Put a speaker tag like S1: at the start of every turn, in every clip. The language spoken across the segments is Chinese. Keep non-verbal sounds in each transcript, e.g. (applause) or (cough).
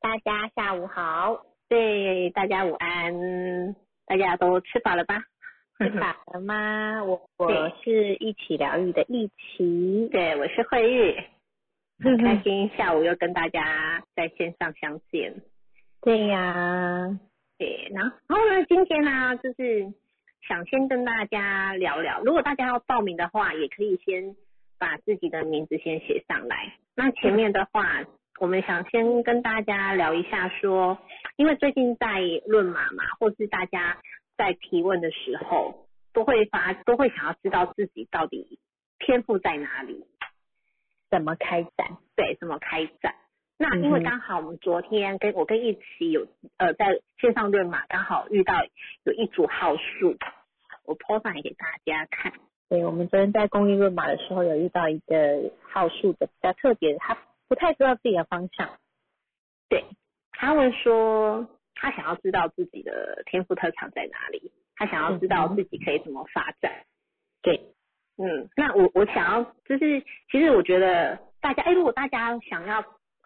S1: 大家下午 (laughs) 好，对大家午安，大家都吃饱了吧？
S2: 吃饱了吗？我我
S1: 对
S2: 是一起疗愈的一起，
S1: 对，我是慧玉，很开心下午又跟大家在线上相见。
S2: 对呀、
S1: 对，然后呢，今天呢、就是想先跟大家聊聊，如果大家要报名的话，也可以先把自己的名字先写上来。那前面的话，我们想先跟大家聊一下说，因为最近在论马嘛，或是大家在提问的时候，都会发都会想要知道自己到底天赋在哪里。
S2: 怎么开展？
S1: 对，怎么开展？那
S2: 嗯哼
S1: 因为刚好我们昨天跟我跟一起有呃在线上论马，刚好遇到有一组号数，我 po 上来给大家看。
S2: 对，我们昨天在公益论马的时候有遇到一个号数的比较特别的，他不太知道自己的方向。
S1: 对，他问说他想要知道自己的天赋特长在哪里，他想要知道自己可以怎么发展。
S2: 对，
S1: 嗯，那我我想要就是，其实我觉得大家，哎，如果大家想要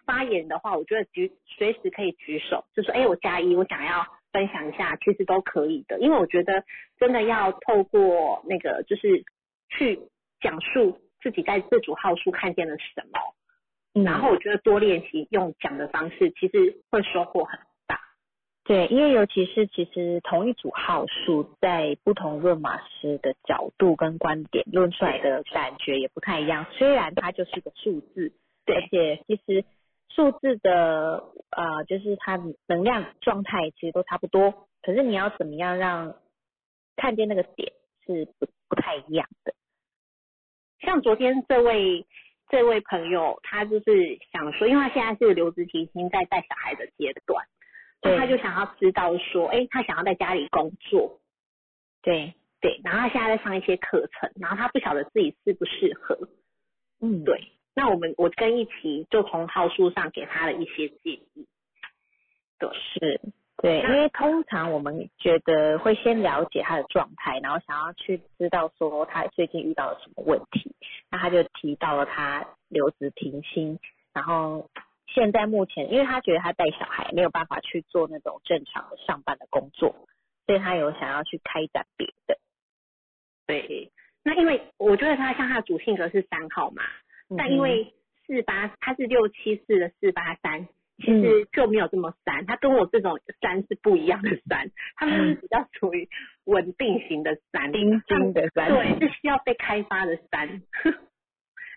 S1: 发言的话，我觉得举随时可以举手，就说，哎，我加一，我想要分享一下，其实都可以的，因为我觉得真的要透过那个就是去讲述自己在这组号数看见了什么，
S2: 嗯
S1: 然后我觉得多练习用讲的方式，其实会收获很大。
S2: 对，因为尤其是其实同一组号数，在不同论马师的角度跟观点论出来的感觉也不太一样。虽然它就是个数字，
S1: 对
S2: 而且其实数字的呃，就是它能量状态其实都差不多，可是你要怎么样让看见那个点是不不太一样的？
S1: 像昨天这位这位朋友，他就是想说，因为他现在是留职停薪在带小孩的阶段，
S2: 对
S1: 那他就想要知道说，哎、他想要在家里工作，
S2: 对，
S1: 对，然后他现在在上一些课程，然后他不晓得自己适不适合，
S2: 嗯，
S1: 对那我们我跟一起就从号数上给他的一些建议，
S2: 是，对，因
S1: 那
S2: 为通常我们觉得会先了解他的状态，然后想要去知道说他最近遇到了什么问题。那他就提到了他留职停薪，然后现在目前，因为他觉得他带小孩没有办法去做那种正常的上班的工作，所以他有想要去开展别的。
S1: 对，那因为我觉得他像他的主性格是三号嘛，
S2: 嗯
S1: 但因为四八他是六七四的四八三，
S2: 嗯
S1: 其实就没有这么三，他跟我这种三是不一样的三，他们
S2: 嗯
S1: 是比较属于稳定型的三，
S2: 钉
S1: 他
S2: 钉
S1: 们
S2: 的三
S1: (laughs) 对是需要被开发的三，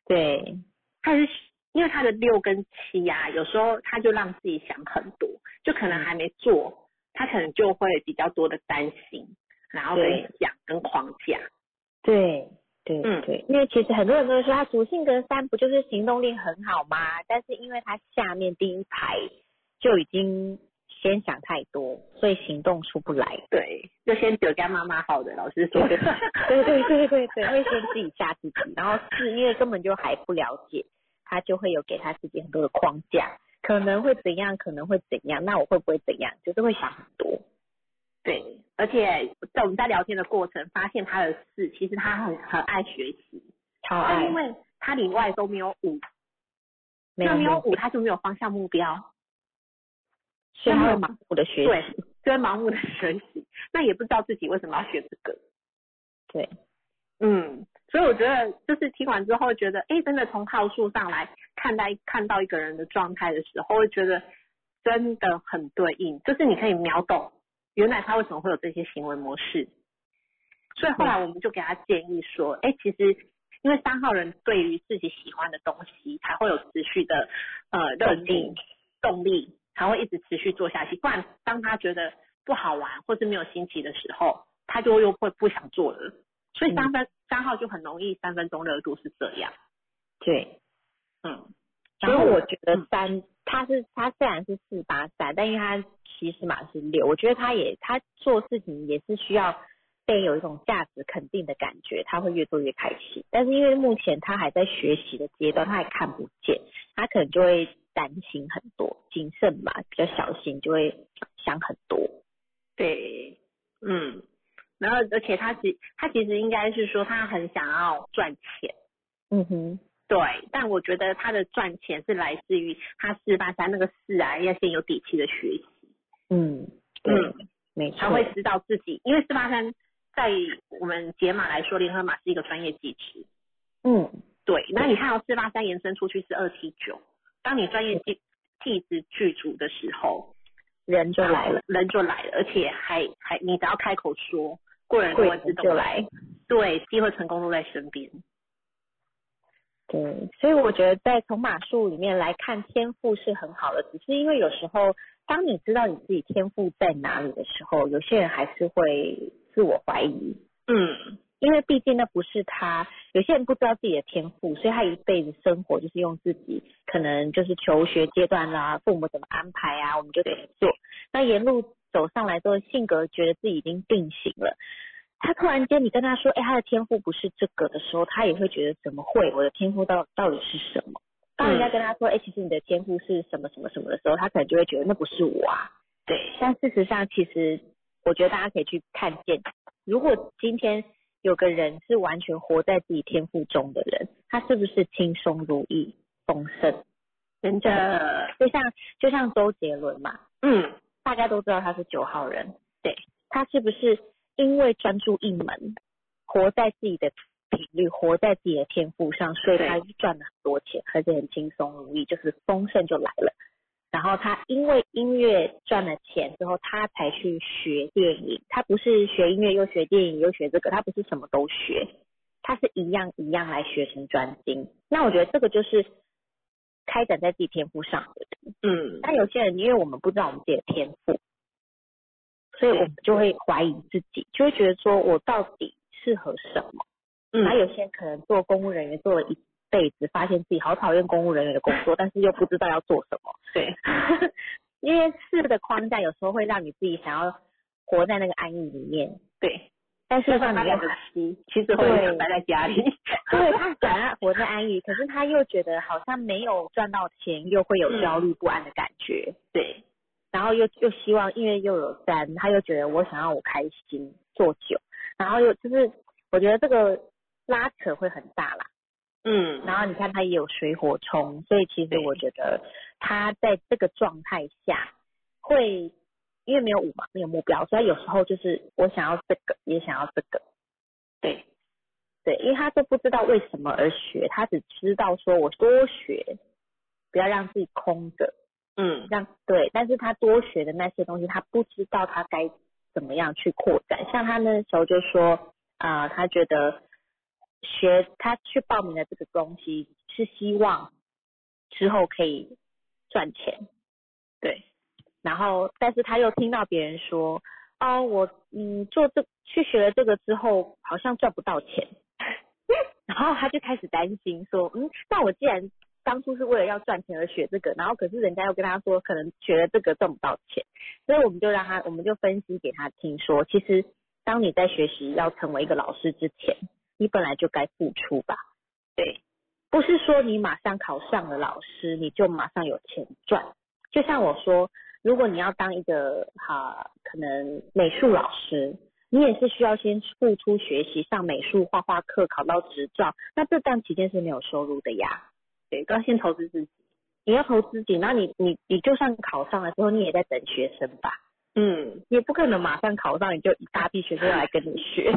S2: 对
S1: 他是因为他的六跟七啊，有时候他就让自己想很多，就可
S2: 嗯
S1: 能还没做，他可能就会比较多的担心，然后跟
S2: 对
S1: 想跟框架，
S2: 对对
S1: 嗯
S2: 对，因为其实很多人都说他主性格三不就是行动力很好吗？但是因为他下面第一排就已经先想太多，所以行动出不来。 (laughs)
S1: 对，就先酒家妈妈好的，老师说
S2: 对对对对对，会先自己吓自己，然后是因为根本就还不了解，他就会有给他自己很多的框架，可能会怎样，可能会怎样，那我会不会怎样，就是会想很多。
S1: 对，而且在我们在聊天的过程，发现他的事，其实他很很爱学习，
S2: 超
S1: 但
S2: 爱
S1: 因，为他里外都没有五，
S2: 没
S1: 那
S2: 有没
S1: 没有
S2: 有，
S1: 五，他就没有方向目标，
S2: 所以他
S1: 那没
S2: 会
S1: 有
S2: 盲目的学
S1: 对 (laughs)
S2: 习。，
S1: 就会盲目的学习，那也不知道自己为什么要学这个。
S2: 对，
S1: 嗯，所以我觉得就是听完之后，觉得哎，真的从号数上来看待看到一个人的状态的时候，会觉得真的很对应，就是你可以秒懂原来他为什么会有这些行为模式。所以后来我们就给他建议说，哎，其实因为三号人对于自己喜欢的东西，才会有持续的呃热情、动力，才会一直持续做下去。不然当他觉得不好玩或是没有新奇的时候，他就又会不想做了。所以三分三号就很容易三分钟热度是这样。
S2: 对，
S1: 嗯，
S2: 然后我觉得
S1: 嗯
S2: 三，他是他虽然是四八三，但因为他其实嘛是六，我觉得他也他做事情也是需要被有一种价值肯定的感觉，他会越做越开心。但是因为目前他还在学习的阶段，他还看不见，他可能就会担心很多，谨慎嘛，比较小心，就会想很多。
S1: 对，嗯，然后而且他其他其实应该是说他很想要赚钱，
S2: 嗯哼，
S1: 对，但我觉得他的赚钱是来自于他四八三那个四啊，要先有底气的学习，
S2: 嗯，
S1: 嗯，
S2: 没错，
S1: 他会知道自己，因为四八三在我们解码来说，联合码是一个专业机制，
S2: 嗯，
S1: 对，那你看到四八三延伸出去是二七九，当你专业技技质具足的时候，
S2: 人就来了，，
S1: 人就来了，而且还还你只要开口说，贵人都
S2: 贵
S1: 会自
S2: 人
S1: 动
S2: 就来，
S1: 对，机会成功都在身边。
S2: 对，所以我觉得在从马术里面来看，天赋是很好的，只是因为有时候当你知道你自己天赋在哪里的时候，有些人还是会自我怀疑，
S1: 嗯，
S2: 因为毕竟那不是他，有些人不知道自己的天赋，所以他一辈子生活就是用自己可能就是求学阶段啦、父母怎么安排啊，我们就怎么做。那沿路走上来之后，性格觉得自己已经定型了。他突然间，你跟他说，哎、他的天赋不是这个的时候，他也会觉得怎么会？我的天赋到到底是什么？当人家跟他说，哎、其实你的天赋是什么什么什么的时候，他可能就会觉得那不是我啊。
S1: 对，
S2: 但事实上，其实我觉得大家可以去看见，如果今天有个人是完全活在自己天赋中的人，他是不是轻松如意、丰盛？
S1: 真的，
S2: 就像就像周杰伦嘛，
S1: 嗯，
S2: 大家都知道他是九号人，
S1: 对
S2: 他是不是因为专注一门，活在自己的频率，活在自己的天赋上，所以
S1: 对
S2: 他赚了很多钱，而且很轻松如意，就是丰盛就来了。然后他因为音乐赚了钱之后，他才去学电影。他不是学音乐又学电影又学这个，他不是什么都学，他是一样一样来学成专精。那我觉得这个就是开展在自己天赋上的
S1: 嗯，
S2: 但有些人，因为我们不知道我们自己的天赋，所以我们就会怀疑自己，就会觉得说我到底适合什么。
S1: 嗯
S2: 然后有些人可能做公务人员做了一辈子，发现自己好讨厌公务人员的工作，但是又不知道要做什么。 (laughs)
S1: 对，
S2: 因为事的框架有时候会让你自己想要活在那个安逸里面，
S1: 对，
S2: 但事实上
S1: 上
S2: 你 (laughs) 要
S1: 两个七，其实会想待在家里。
S2: 对他想要活在安逸，可是他又觉得好像没有赚到钱，又会有焦虑不安的感觉。
S1: (laughs) 对，
S2: 然后又又希望，因为又有三，他又觉得我想要我开心做久，然后又就是我觉得这个拉扯会很大啦。
S1: 嗯，
S2: 然后你看他也有水火冲，所以其实
S1: 对
S2: 我觉得他在这个状态下会，因为没有五嘛，没有目标，所以有时候就是我想要这个，也想要这个，
S1: 对，
S2: 对，因为他都不知道为什么而学，他只知道说我多学，不要让自己空着。
S1: 嗯，
S2: 让对，但是他多学的那些东西，他不知道他该怎么样去扩展。像他那时候就说，啊、他觉得学他去报名的这个东西是希望之后可以赚钱，
S1: 对，
S2: 然后但是他又听到别人说，哦，我嗯做这去学了这个之后，好像赚不到钱， (laughs) 然后他就开始担心说，嗯，那我既然当初是为了要赚钱而学这个，然后可是人家又跟他说，可能学了这个赚不到钱，所以我们就让他，我们就分析给他听说，其实当你在学习要成为一个老师之前，你本来就该付出吧，
S1: 对，
S2: 不是说你马上考上了老师，你就马上有钱赚。就像我说，如果你要当一个哈、可能美术老师，你也是需要先付出学习，上美术画画课，考到执照，那这段期间是没有收入的呀。
S1: 对，都要先投资自己。
S2: 你要投资己，那你你你就算考上了之后，你也在等学生吧，
S1: 嗯，
S2: 也不可能马上考上你就一大批学生来跟你学，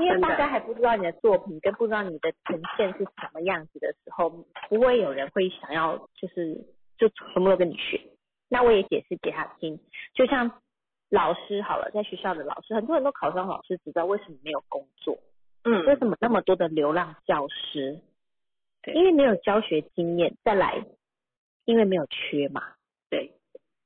S2: 因为大家还不知道你的作品跟不知道你的呈现是什么样子的时候，不会有人会想要就是就全部都跟你学。那我也解释给他听，就像老师好了，在学校的老师，很多人都考上老师执照，为什么没有工作？
S1: 嗯，
S2: 为什么那么多的流浪教师？
S1: 对
S2: 因为没有教学经验，再来，因为没有缺嘛，
S1: 对，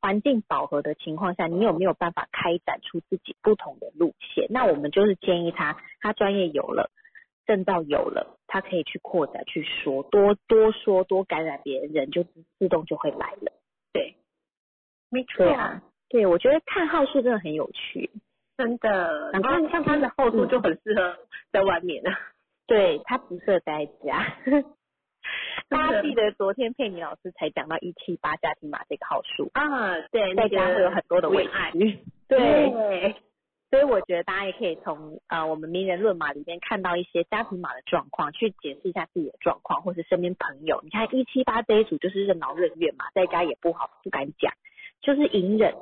S2: 环境饱和的情况下，你有没有办法开展出自己不同的路线？那我们就是建议他，他专业有了，证照有了，他可以去扩展、去说，多多说，多感染别人，人就自动就会来了。
S1: 没错
S2: 对，啊，对，我觉得看号数真的很有趣。
S1: 真的。
S2: 然
S1: 然
S2: 后
S1: 后像他的后路就很适合在外面啊。
S2: 嗯对他不适合待在
S1: (laughs)
S2: 家。大家
S1: 真的
S2: 记得昨天佩妮老师才讲到一七八家庭码这个号数，
S1: (laughs) 啊，对，
S2: 在
S1: 那
S2: 家
S1: 个
S2: 会有很多的
S1: 不
S2: 委
S1: 爱
S2: 屈。对
S1: 对，
S2: 所以我觉得大家也可以从呃我们名人论码里面看到一些家庭码的状况，去解释一下自己的状况，或是身边朋友。你看一七八这一组就是任劳任怨嘛，在家也不好不敢讲，就是隐忍。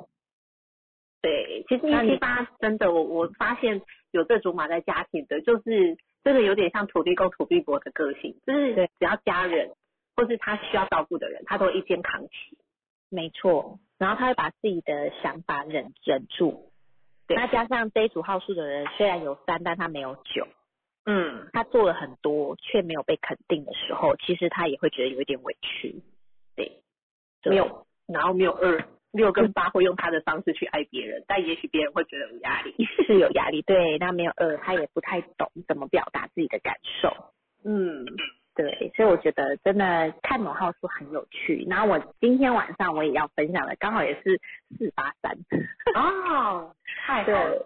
S1: 对，其实
S2: 那
S1: 一
S2: 你
S1: 七八真的，我我发现有这种马在家庭的，就是真的有点像土地公土地婆的个性，就是
S2: 对
S1: 只要家人或是他需要照顾的人，他都一肩扛起。
S2: 没错，然后他会把自己的想法忍忍住。
S1: 对
S2: 那加上这一组号数的人虽然有三，但他没有九，
S1: 嗯，
S2: 他做了很多却没有被肯定的时候，其实他也会觉得有一点委屈。
S1: 对，
S2: 对
S1: 没有，然后没有二六
S2: 嗯
S1: 跟八会用他的方式去爱别人，但也许别人会觉得有压力。 (laughs)
S2: 是有压力，对，那没有二，他也不太懂怎么表达自己的感受。
S1: 嗯，
S2: 对，所以我觉得真的看懂号数很有趣。然后我今天晚上我也要分享的，刚好也是四八三，
S1: 哦，太
S2: 对
S1: 好了，，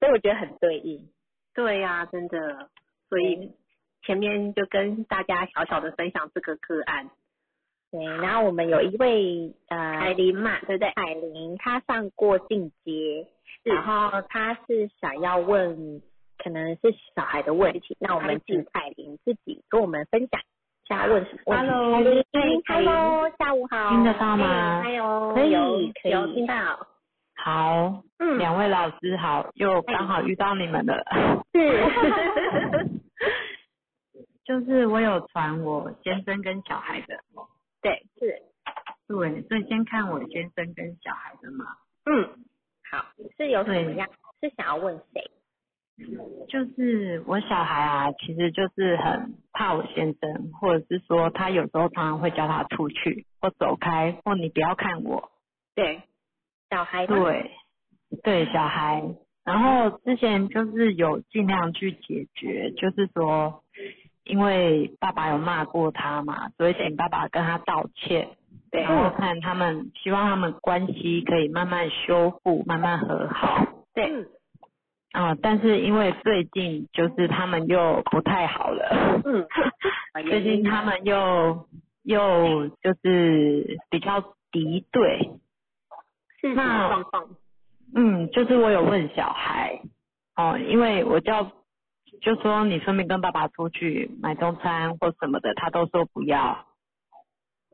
S2: 所以我觉得很对应。
S1: 对呀、真的，所以前面就跟大家小小的分享这个个案，
S2: 对，然后我们有一位呃
S1: 艾琳嘛，对不对？
S2: 彩玲，她上过进阶，
S1: 是
S2: 然后她是想要问，可能是小孩的问题，那我们请彩玲自己跟我们分享一下问什么问题。嗨
S1: Hello，彩玲
S2: ，Hello，下午好，
S3: 听得到吗
S2: 嗨哦，
S1: 可以
S2: 有可
S1: 哎有听
S2: 以，
S1: 到，
S3: 好，
S1: 嗯，
S3: 两位老师好，又刚好遇到你们了。
S2: 是，
S3: (laughs) 就是我有传我先生跟小孩的，
S1: 对，是，
S3: 对，所以先看我先生跟小孩的嘛。
S1: 嗯，
S2: 是有什么样？是想要问谁？
S3: 就是我小孩啊，其实就是很怕我先生，或者是说他有时候常常会叫他出去或走开，或你不要看我。
S1: 对，
S2: 小孩吗？
S3: 对，对，小孩。然后之前就是有尽量去解决，就是说，因为爸爸有骂过他嘛，所以请爸爸跟他道歉，
S1: 对
S3: 然后看他们，希望他们关系可以慢慢修复，慢慢和好。
S1: 对，嗯
S3: 啊、但是因为最近就是他们又不太好了，
S1: 嗯，
S3: 最近他们又又就是比较敌对，
S1: 是什么
S3: 那
S1: 状况？
S3: 嗯，就是我有问小孩，哦，因为我叫就说你顺便跟爸爸出去买中餐或什么的，他都说不要。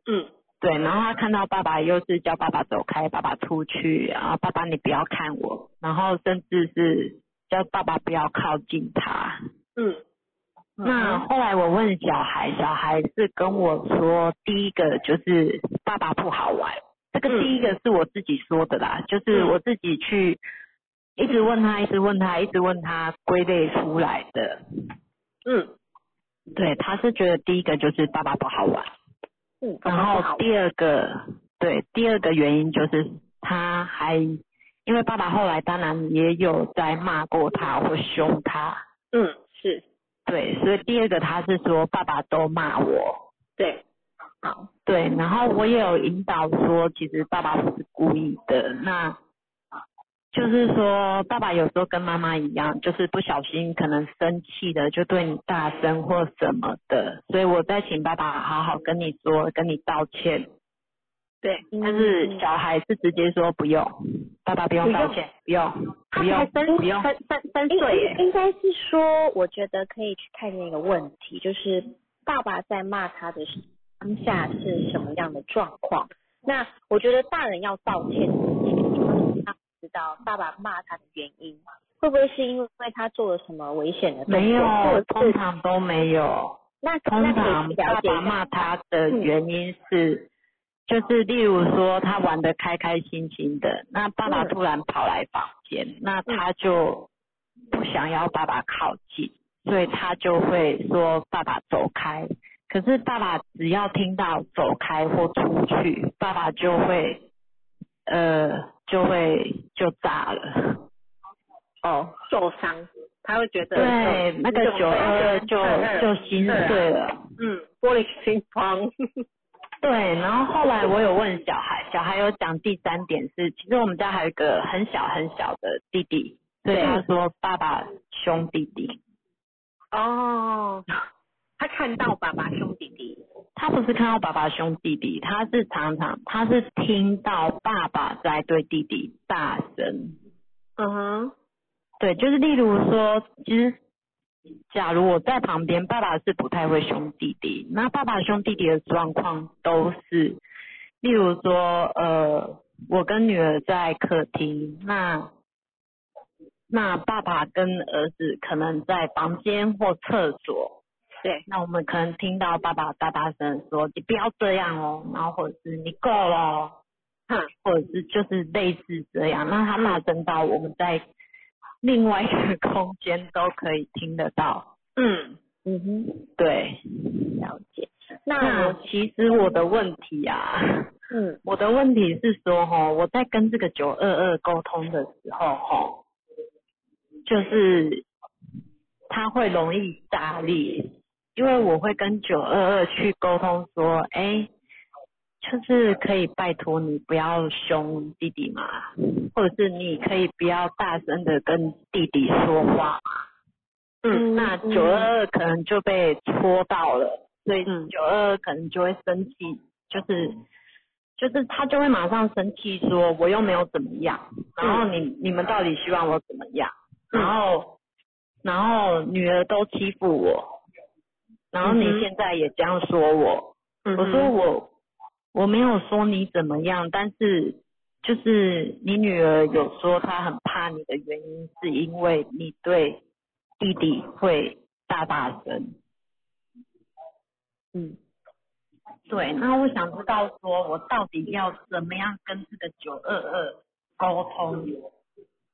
S1: 嗯，
S3: 对，然后他看到爸爸又是叫爸爸走开，爸爸出去，然后爸爸你不要看我，然后甚至是叫爸爸不要靠近他。
S1: 嗯，
S3: 那后来我问小孩，小孩是跟我说，第一个就是爸爸不好玩，这个
S1: 嗯
S3: 第一个是我自己说的啦，就是嗯我自己去一直问他，一直问他，一直问他归类出来的。
S1: 嗯，
S3: 对，他是觉得第一个就是爸爸不好玩，
S2: 嗯，
S3: 然
S2: 不
S3: 后
S2: 好
S3: 第二个，对，第二个原因就是他还因为爸爸后来当然也有在骂过他或凶他，
S1: 嗯，是，
S3: 对，所以第二个他是说爸爸都骂我。
S1: 对，
S3: 对，然后我也有引导说，其实爸爸不是故意的，那就是说爸爸有时候跟妈妈一样，就是不小心可能生气的就对你大声或什么的，所以我在请爸爸好好跟你说，跟你道歉。
S1: 对，
S3: 但是小孩是直接说不用，爸爸不用道歉，不用，不用，不用，
S1: 三三三
S2: 应
S1: 岁耶，
S2: 哎应该是说，我觉得可以去看那个问题，就是爸爸在骂他的当下是什么样的状况。那我觉得大人要道歉之前，他知道爸爸骂他的原因，会不会是因为他做了什么危险的动作？
S3: 没有
S2: 或者，
S3: 通
S2: 是
S3: 常都没有。
S2: 那
S3: 通
S2: 那可以
S3: 常
S2: 去
S3: 爸
S2: 了解一
S3: 爸
S2: 下。
S3: 骂他的原因是，就是例如说他玩的开开心心的，那爸爸
S2: 嗯
S3: 突然跑来房间，那他就不想要爸爸靠近，所以他就会说爸爸走开。可是爸爸只要听到走开或出去，爸爸就会呃就会就炸了。
S1: 哦，受伤，他会觉得
S3: 对，那个九二就就心碎了。
S1: 嗯，玻璃心慌，
S3: 对，然后后来我有问小孩，小孩有讲第三点是，其实我们家还有一个很小很小的弟弟，所以
S1: 对
S3: 他说爸爸凶弟弟，
S1: 哦， (laughs) 他看到爸爸凶弟弟，
S3: 他不是看到爸爸凶弟弟，他是常常他是听到爸爸在对弟弟大声，
S1: 嗯哼，
S3: 对，就是例如说，其实假如我在旁边，爸爸是不太会凶弟弟，那爸爸凶弟弟的状况都是，例如说，呃，我跟女儿在客厅，那那爸爸跟儿子可能在房间或厕所，
S2: 对，
S3: 那我们可能听到爸爸大大声说：“你不要这样哦。”然后或者是“你够了哦”，
S2: 哼，
S3: 或者是就是类似这样，那他大声到我们在另外一个空间都可以听得到。
S2: 嗯嗯哼，
S3: 对，
S2: 了解。那
S3: 那
S2: 我
S3: 其实我的问题啊，
S2: 嗯
S3: 我的问题是说哈，我在跟这个九二二沟通的时候哈，就是他会容易炸裂，因为我会跟九二二去沟通说，哎、就是可以拜托你不要凶弟弟嘛，或者是你可以不要大声的跟弟弟说话嘛。
S2: 嗯
S3: 那
S2: 嗯
S3: 九二二可能就被戳到了，所以
S2: 嗯
S3: 九二二可能就会生气，就是就是他就会马上生气说我又没有怎么样，然后你你们到底希望我怎么样？
S2: 嗯
S3: 然后然后女儿都欺负我，然后
S2: 嗯
S3: 你
S2: 哼
S3: 现在也这样说我，
S2: 嗯
S3: 我
S2: 哼
S3: 说我我没有说你怎么样，但是就是你女儿有说她很怕你的原因，是因为你对弟弟会大大声。
S2: 嗯
S3: 对，那我想知道说我到底要怎么样跟这个九二二沟通？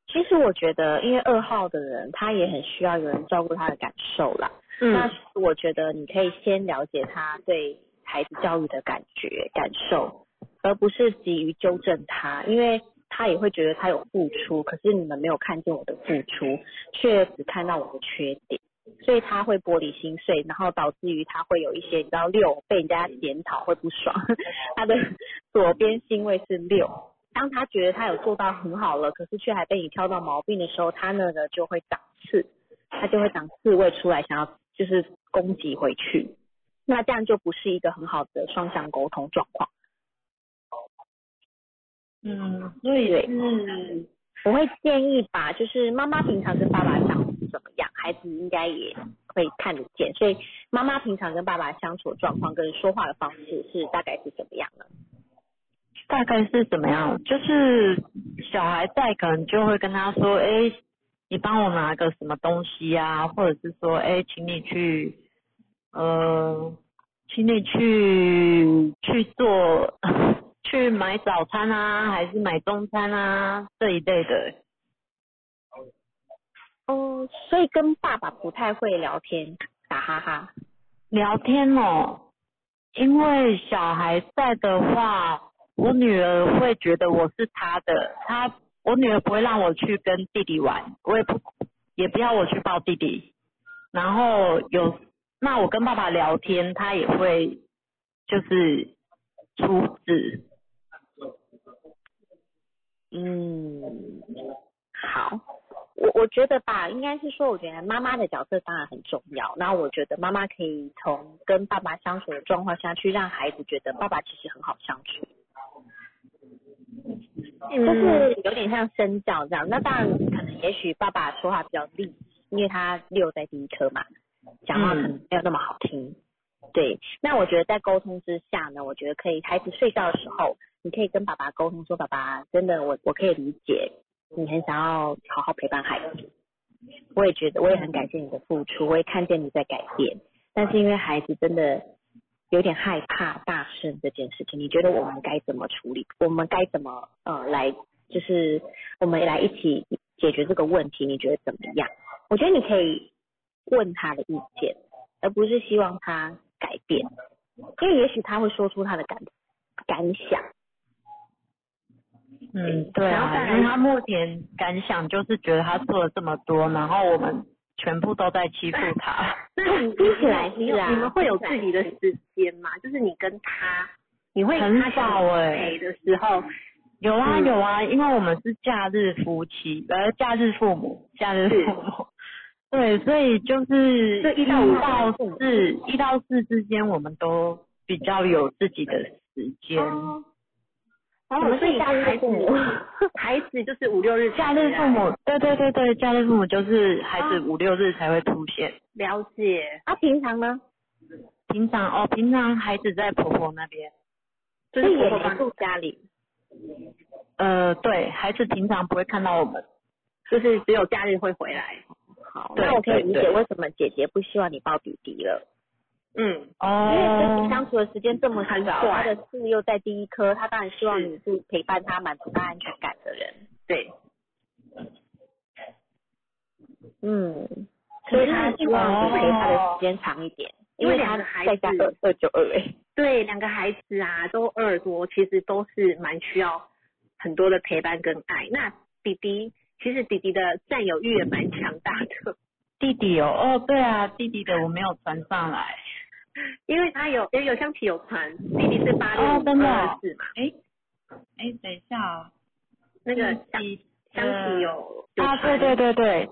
S2: 其实我觉得，因为二号的人他也很需要有人照顾他的感受啦。那
S1: 嗯
S2: 我觉得你可以先了解他对孩子教育的感觉感受，而不是急于纠正他，因为他也会觉得他有付出，可是你们没有看见我的付出，却只看到我的缺点，所以他会玻璃心碎，然后导致于他会有一些你知道六被人家检讨会不爽， (laughs) 他的左边心位是六。当他觉得他有做到很好了，可是却还被你挑到毛病的时候，他那个就会长刺，他就会长刺猬出来，想要就是攻击回去。那这样就不是一个很好的双向沟通状况。
S3: 嗯，所以
S2: 对
S3: 是
S2: 我会建议把就是妈妈平常跟爸爸相处怎么样，孩子应该也会看得见。所以妈妈平常跟爸爸相处的状况跟说话的方式是大概是怎么样的？
S3: 大概是怎么样？就是小孩在，可能就会跟他说：“哎、你帮我拿个什么东西啊？”或者是说：“哎、请你去，呃，请你去去做， (laughs) 去买早餐啊，还是买中餐啊这一类的。
S2: 哦，所以跟爸爸不太会聊天，打哈哈。”
S3: 聊天哦，因为小孩在的话，我女儿会觉得我是她的，她我女儿不会让我去跟弟弟玩，我也不也不要我去抱弟弟。然后有那我跟爸爸聊天，他也会就是阻止。
S2: 嗯，好，我我觉得吧，应该是说，我觉得妈妈的角色当然很重要。那我觉得妈妈可以从跟爸爸相处的状况下去，让孩子觉得爸爸其实很好相处，就
S1: 嗯
S2: 是有点像身教这样。那当然，可能也许爸爸说话比较利，因为他六在第一颗嘛，讲话可能没有那么好听。对，那我觉得在沟通之下呢，我觉得可以，孩子睡觉的时候，你可以跟爸爸沟通说，爸爸，真的我我可以理解，你很想要好好陪伴孩子，我也觉得我也很感谢你的付出，我也看见你在改变，但是因为孩子真的有点害怕大声这件事情，你觉得我们该怎么处理？我们该怎么呃来就是我们来一起解决这个问题？你觉得怎么样？我觉得你可以问他的意见。而不是希望他改变，因为也许他会说出他的感感想。
S3: 嗯，对
S2: 然后再
S3: 啊，
S2: 来
S3: 因为他目前感想就是觉得他做了这么多，然后我们全部都在欺负他。
S1: 那你
S2: 听起来
S1: 你有
S2: 是啊
S1: 你们会有
S2: 听
S1: 自
S2: 起来
S1: 己的时间吗？就是你跟他，你会
S3: 很
S1: 他想
S3: 少欸
S1: 陪的时候，
S3: 有啊
S1: 嗯
S3: 有啊，因为我们是假日夫妻，呃，假日父母，假日父母， (laughs) 对，所以就是
S1: 就一到五
S3: 一到四一到四之间，我们都比较有自己的时间，
S1: 哦
S2: 我们
S1: 所
S2: 是
S1: 以
S2: 假
S1: 孩
S2: 日
S1: 子
S2: 父母，
S1: 孩子就是五六日才
S3: 假
S1: 回
S3: 日
S1: 来
S3: 父母，对对对对，假日父母就是孩子
S1: 哦
S3: 五六日才会出现。
S1: 了解，
S2: (laughs) 啊，平常呢？
S3: 平常哦，平常孩子在婆婆那边，
S1: 就
S2: 所
S1: 是
S2: 以也
S1: 婆婆
S2: 没
S1: 帮
S2: 住家里，
S3: 呃，对孩子平常不会看到我们，
S1: 就是只有假日会回来。
S2: 好，
S3: 对
S2: 那我可以理
S3: 对
S2: 解
S3: 对
S2: 为什么姐姐不希望你抱弟弟了，
S1: 嗯，
S2: 因为跟你
S3: 哦，
S2: 相处的时间这么
S1: 很
S2: 少，
S1: 短
S2: 他的事又在第一科，他当然希望你是陪伴他、满足他安全感的人。
S1: 对，
S2: 嗯，哦所以他希望你陪他的时间长一点，因为他在家二二九二哎，
S1: 对，两个孩子啊，都二十多，其实都是蛮需要很多的陪伴跟爱。那弟弟，其实弟弟的占有欲也蛮强大的，
S3: 弟弟哦，哦，对啊，弟弟的我没有传上来，
S1: 因为他有也有像琪有传，弟弟是八六
S3: 哦真的
S1: 二
S3: 哦
S1: 四嘛，
S3: 哎，哎，等一下哦，
S1: 那个香
S3: 弟弟
S1: 香琪有有
S3: 哦啊，
S1: 传，
S3: 对对对对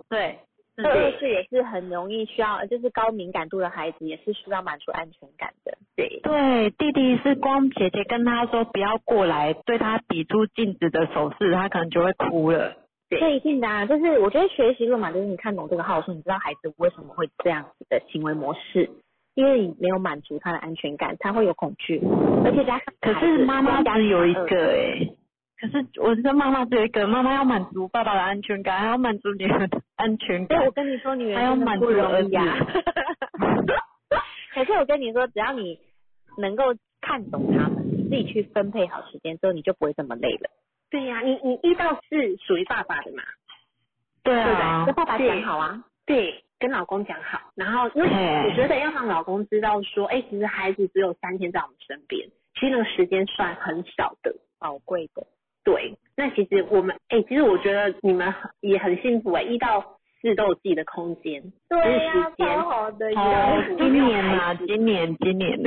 S3: 呃对，是
S2: 二
S3: 的
S2: 二四也是很容易需要，就是高敏感度的孩子也是需要满足安全感的。
S1: 对
S3: 对，弟弟是光姐姐跟他说不要过来，对他比出禁止的手势，他可能就会哭了。
S1: 对
S2: 这一定的啊，就是我觉得学习论嘛，就是你看懂这个号数，你知道孩子为什么会这样子的行为模式，因为你没有满足他的安全感，他会有恐惧，而且加上
S3: 可
S2: 孩
S3: 是
S2: 子
S3: 妈妈只有一
S2: 嗯
S3: 个哎、可是我的妈妈只有一个，妈妈要满足爸爸的安全感，还要满足女儿的安全
S2: 所以
S3: 感
S2: 我，跟你说，女人
S3: 还要
S2: 真的
S3: 满足
S2: 不
S3: 儿
S2: 容
S3: 子
S2: 易
S3: (laughs)
S2: 啊。可是我跟你说，只要你能够看懂他们，你自己去分配好时间之后，你就不会这么累了。
S1: 对呀、你你一到四属于爸爸的嘛，
S3: 对
S2: 对吧？
S3: 啊
S2: 跟，爸爸
S1: 对
S2: 讲好啊。
S1: 对，跟老公讲好，然后因为
S3: 嘿
S1: 我觉得要让老公知道说，哎、其实孩子只有三天在我们身边，其实那个时间算很少的。
S2: 宝贵的，
S1: 对，那其实我们，哎、其实我觉得你们很也很幸福哎、一到四都有自己的空间，呀
S2: 时间
S1: 超
S2: 好的
S3: 哦， (laughs) 今
S1: 没有
S3: 年啊，
S1: (laughs) 孩子
S3: 今年，今年，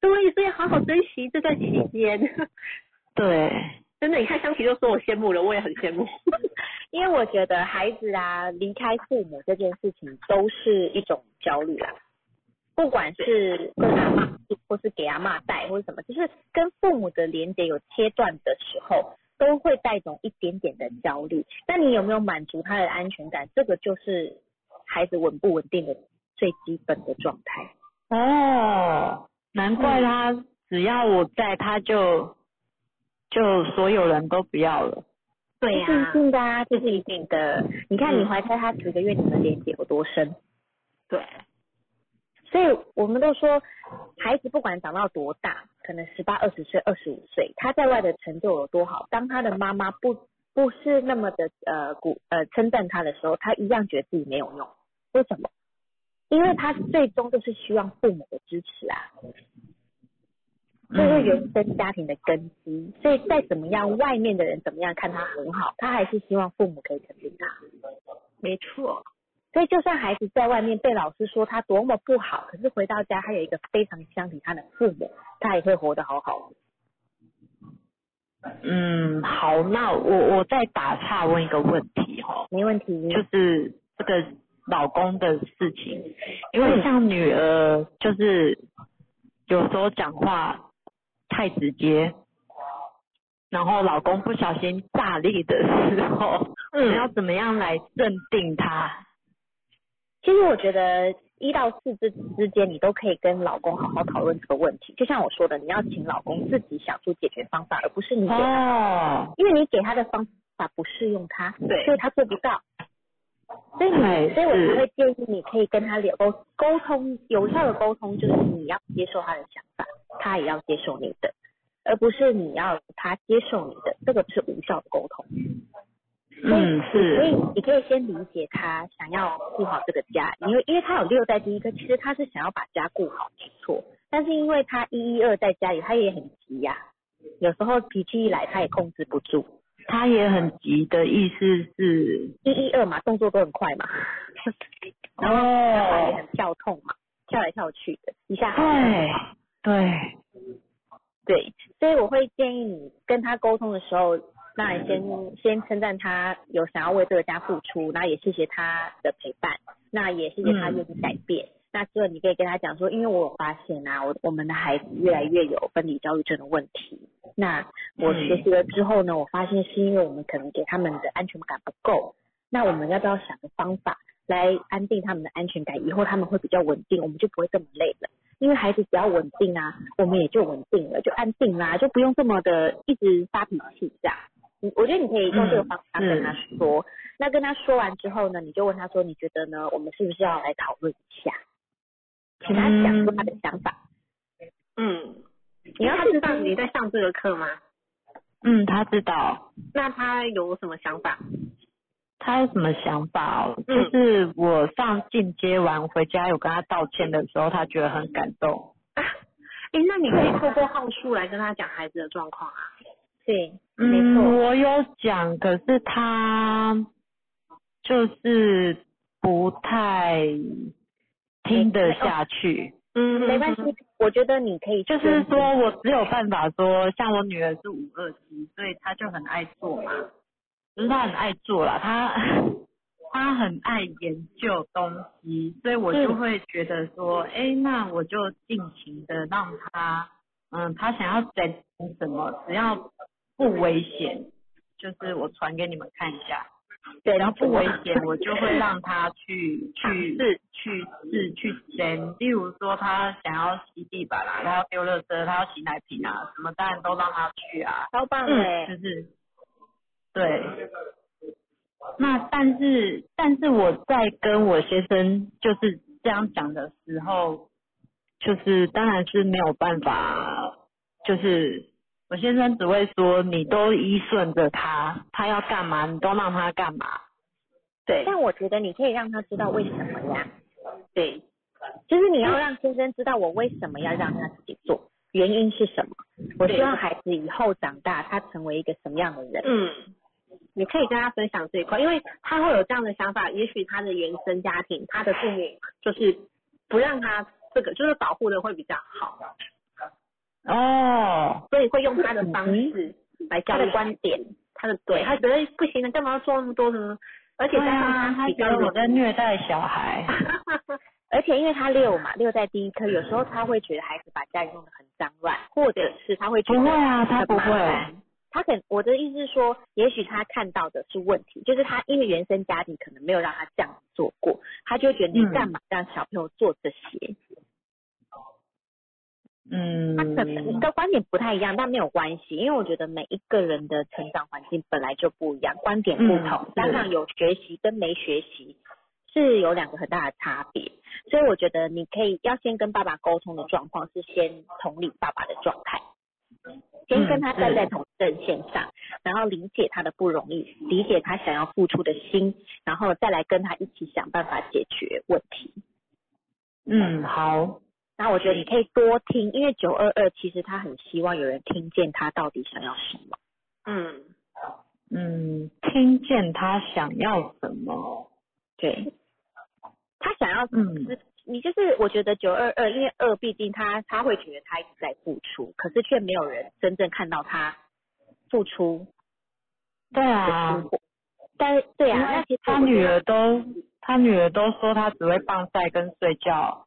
S1: 对，所以好好珍惜这段期间。 (laughs)
S3: 对，
S1: 真的，你看香琪就说我羡慕了，我也很羡慕。
S2: 因为我觉得孩子啊离开父母这件事情都是一种焦虑啦，不管是跟阿妈或是给阿妈带或是什么，就是跟父母的连接有切断的时候，都会带种一点点的焦虑。那你有没有满足他的安全感？这个就是孩子稳不稳定的最基本的状态。
S3: 哦，难怪他只要我在，他就就所有人都不要了。
S1: 对嗯
S2: 这是一定的啊，这是一定的。你看你怀胎他十个月，你们连接有多深？
S1: 对，
S2: 所以我们都说，孩子不管长到多大，可能十八、二十岁、二十五岁，他在外的成就有多好，当他的妈妈不不是那么的呃鼓呃称赞他的时候，他一样觉得自己没有用。为什么？因为他最终就是希望父母的支持啊，这是原生家庭的根基。所以再怎么样，外面的人怎么样看他很好，他还是希望父母可以肯定他。
S1: 没错，
S2: 所以，就算孩子在外面被老师说他多么不好，可是回到家，他有一个非常相信他的父母，他也会活得好好的。
S3: 嗯，好，那我我再打岔问一个问题哈、
S2: 没问题。
S3: 就是这个老公的事情，因为像女儿就是有时候讲话太直接，然后老公不小心炸裂的时候，你要怎么样来认定他？
S2: 其实我觉得一到四之之间，你都可以跟老公好好讨论这个问题。就像我说的，你要请老公自己想出解决方法，而不是你给他，
S3: 哦，
S2: 因为你给他的方法不适用他，
S1: 对
S2: 所以他做不到。所以你，
S3: 对
S2: 所以我
S3: 哎是
S2: 才会建议你可以跟他聊沟沟通，有效的沟通就是你要接受他的想法，他也要接受你的，而不是你要他接受你的，这个是无效的沟通。
S3: 嗯，
S2: 所以
S3: 是，
S2: 你可以先理解他想要顾好这个家，因为因为他有六在第一个，其实他是想要把家顾好，没错。但是因为他一一二在家里，他也很急呀、有时候脾气一来，他也控制不住。
S3: 他也很急的意思是，
S2: 一一二嘛，动作都很快嘛，然后小孩也
S3: 哦，嗯
S2: 很跳痛嘛，跳来跳去的，一下好一下
S3: 对，对，
S2: 对，所以我会建议你跟他沟通的时候，当然先先称赞他有想要为这个家付出，那也谢谢他的陪伴，那也谢谢他愿意改变。那之后你可以跟他讲说，因为我有发现啊，我我们的孩子越来越有分离焦虑症的问题。那我
S3: 嗯
S2: 学习了之后呢，我发现是因为我们可能给他们的安全感不够。那我们要不要想个方法来安定他们的安全感？以后他们会比较稳定，我们就不会这么累了。因为孩子只要稳定啊，我们也就稳定了，就安定啦、就不用这么的一直发脾气这样。你我觉得你可以用这个方法跟他
S3: 嗯
S2: 说。那跟他说完之后呢，你就问他说，你觉得呢？我们是不是要来讨论一下？
S3: 嗯
S2: 请他讲出他的想法。
S1: 嗯，
S2: 你
S1: 你
S2: 要
S1: 要知道你在上这个课吗？
S3: 嗯，他知道，
S1: 那他有什么想法？
S3: 他有什么想法哦？就
S1: 嗯
S3: 是我上进阶完回家有跟他道歉的时候，他觉得很感动。
S1: 哎、那你可以透过号数来跟他讲孩子的状况啊。
S2: 对，没
S3: 嗯，
S2: 错，
S3: 我有讲，可是他就是不太听得下去。
S1: 嗯
S2: 没关系。我觉得你可以
S3: 就
S2: 先，
S3: 是说我只有办法说，像我女儿是五二级，所以她就很爱做嘛，就是她很爱做啦，她她很爱研究东西，所以我就
S2: 嗯
S3: 会觉得说，哎、那我就尽情的让她，嗯，她想要整什么，只要不危险，就是我传给你们看一下，
S2: 对，
S3: 然后不
S2: 为
S3: 危险，我就会让他去去试去试去争。例如说，他想要吸地板啊，他要丢垃圾，他要洗奶瓶啊，什么当然都让他去啊，
S2: 超棒的欸、
S3: 就是对。那但是但是我在跟我先生就是这样讲的时候，就是当然是没有办法，就是我先生只会说你都依顺着他，他要干嘛你都让他干嘛。对，
S2: 但我觉得你可以让他知道为什么呀，
S1: 对，
S2: 就是你要让先生知道我为什么要让他自己做，原因是什么。
S3: 嗯
S2: 我希望孩子以后长大，他成为一个什么样的人。
S1: 嗯，你可以跟他分享这一块，因为他会有这样的想法，也许他的原生家庭，他的父母就是不让他这个，就是保护的会比较
S3: (laughs)
S1: 好，
S3: 哦，
S1: 所以会用他的方式来教
S2: 他
S1: 育
S2: 的观点，
S1: 他的对，他觉得不行了，干嘛要做那么多什么？而且
S3: 对
S1: 加
S3: 啊，
S1: 上
S3: 他
S1: 比
S3: 觉
S1: 较
S3: 得我
S1: 柔
S3: 在虐待小孩。
S2: 啊而且因为他六嘛，六在第一颗，有时候他会觉得孩子把家里弄得很脏乱，或者是他会觉
S3: 不
S2: 得
S3: 会啊，他不
S2: 很麻
S3: 会。
S2: 烦他可我的意思是说，也许他看到的是问题，就是他因为原生家庭可能没有让他这样做过，他就会觉得你
S3: 嗯
S2: 干嘛让小朋友做这些？
S3: 嗯
S2: 他可能跟观点不太一样，但没有关系，因为我觉得每一个人的成长环境本来就不一样，观点不同，
S3: 嗯
S2: 加上有学习跟没学习是有两个很大的差别，所以我觉得你可以要先跟爸爸沟通的状况是先同理爸爸的状态，先跟他
S3: 嗯
S2: 站在
S3: 是
S2: 同一阵线上，然后理解他的不容易，理解他想要付出的心，然后再来跟他一起想办法解决问题。
S3: 嗯好，
S2: 那我觉得你可以多听，因为九二二其实他很希望有人听见他到底想要什么。
S1: 嗯，
S3: 嗯，听见他想要什么，
S2: 对，他想要，
S3: 嗯
S2: 你就是我觉得九二二，因为二毕竟他他会觉得他一直在付出，可是却没有人真正看到他付出
S3: 对
S2: 的
S3: 啊
S2: 成，果。但是对啊，
S3: 因为
S2: 那其实
S3: 他
S2: 我觉
S3: 女
S2: 得
S3: 儿都他女儿都说他只会棒晒跟睡觉，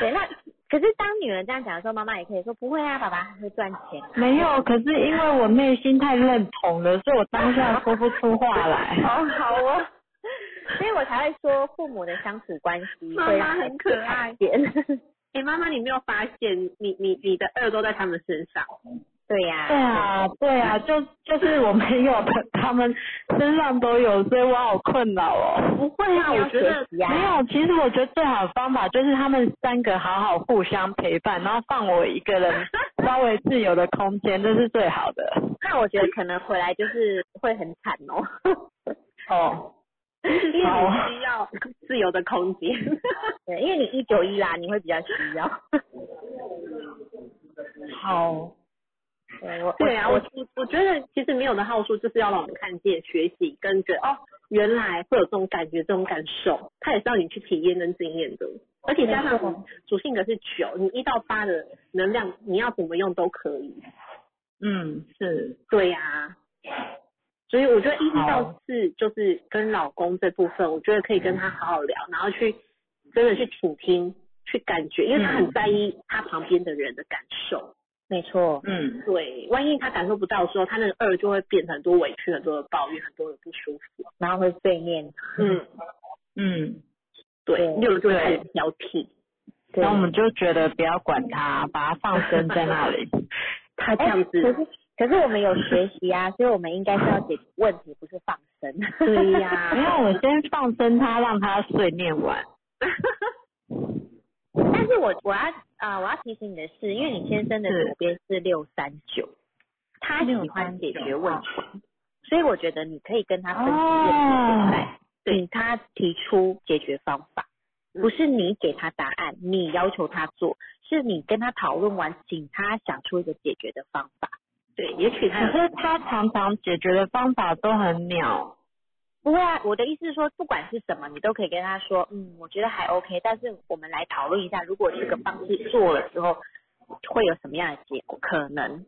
S2: 对那可是当女人这样讲的时候，妈妈也可以说不会啊，爸爸还会赚钱啊。
S3: 没有，可是因为我内心太认同了，所以我当下说不出话来。
S2: 好好哦。所以我才会说，父母的相处关系
S1: (laughs) 妈
S2: 会让
S1: 妈
S2: 孩
S1: 很
S2: 子
S1: 可爱
S2: 看见。
S1: (laughs) 哎、妈妈，你没有发现你你你的二都在他们身上？
S2: (laughs) 对呀、
S3: 对啊，对啊，就就是我没有的，他们身上都有，所以我好困扰哦。
S1: 不会啊，
S2: 你要
S1: 我觉得
S2: 学习啊
S3: 没有，其实我觉得最好的方法就是他们三个好好互相陪伴，然后放我一个人稍微自由的空间，这是最好的。
S2: 那我觉得可能回来就是会很惨哦， (laughs)
S3: 哦，
S1: (laughs) 因为
S3: 好
S1: 你需要啊 (laughs) 自由的空 (laughs) 间。
S2: 对，因为你一九一啦，你会比较需要。
S3: 好，
S2: 对，我
S1: 对啊，
S2: 我
S1: 我我我觉得其实没有的好处就是要让我们看见、学习，跟觉得哦，原来会有这种感觉、这种感受，它也是让你去体验跟经验的。而且加上你主性格是九，你一到八的能量，你要怎么用都可以。
S3: 嗯，是，
S1: 对呀、啊所以我觉得一到
S3: 好
S1: 四就是跟老公这部分，我觉得可以跟他好好聊，然后去真的去倾听，去感觉，因为他很在意他旁边的人的感受。
S2: 没错，
S3: 嗯，
S1: 对，万一他感受不到的时候，他那个二就会变成很多委屈、很多的抱怨、很多的不舒服。
S2: 然后会碎念，
S1: 嗯，
S3: 嗯，
S1: 对，
S2: 对
S1: 六就会开始挑剔。
S2: 对
S3: 然后我们就觉得不要管他，把他放生在那里。
S1: 他这
S2: 哎
S1: 样子，
S2: 可是可是我们有学习啊，所以我们应该是要解决问题，不是放 (laughs) 生。
S1: 对呀、
S3: (laughs) 没有，我先放生他，让他睡念完。
S2: 但是我我要啊、我要提醒你的是，因为你先生的
S3: 是
S2: 左边是六三九，他喜欢解决问题，所以我觉得你可以跟他分析问题所
S3: 哦
S2: 在，请他提出解决方法，不是你给他答案，你要求他做，是你跟他讨论完，请他想出一个解决的方法。
S1: 对，也许他
S3: 可
S1: 有
S3: 是他常常解决的方法都很鸟。
S2: 不会啊，我的意思是说，不管是什么，你都可以跟他说，嗯，我觉得还 OK，但是我们来讨论一下，如果这个方式做了之后，会有什么样的结果？可能，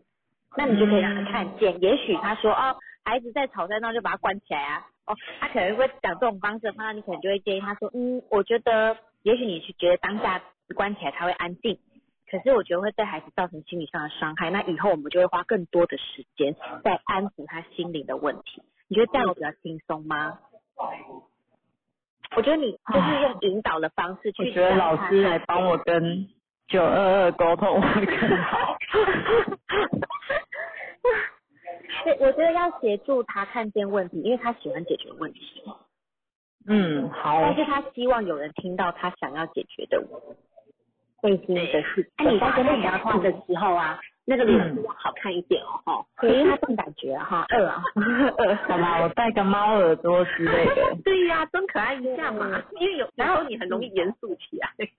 S2: 那你就可以让他看见，也许他说，哦，孩子在吵在闹，就把他关起来啊，哦，他可能会讲这种方式的话，你可能就会建议他说，嗯，我觉得，也许你是觉得当下关起来他会安静。可是我觉得会对孩子造成心理上的伤害，那以后我们就会花更多的时间在安抚他心灵的问题。你觉得这样我比较轻松吗？我觉得你就是用引导的方式去
S3: 我觉得
S2: 让
S3: 老
S2: 他
S3: 师来帮我跟九二二沟通会更 (laughs) 好。
S2: 对， (laughs) 我觉得要协助他看见问题，因为他喜欢解决问题，
S3: 嗯，好。
S2: 但是他希望有人听到他想要解决的内心的事。
S1: 哎、你在跟他讲话的时候啊，那个脸
S3: 嗯
S1: 色要好看一点哦，吼
S2: 对，因为他这种感觉哈，饿啊， (laughs)
S3: 好啦，我戴个猫耳朵之类的。
S1: 对呀、装可爱一下嘛，因为有然后你很容易严肃起来。
S3: (laughs)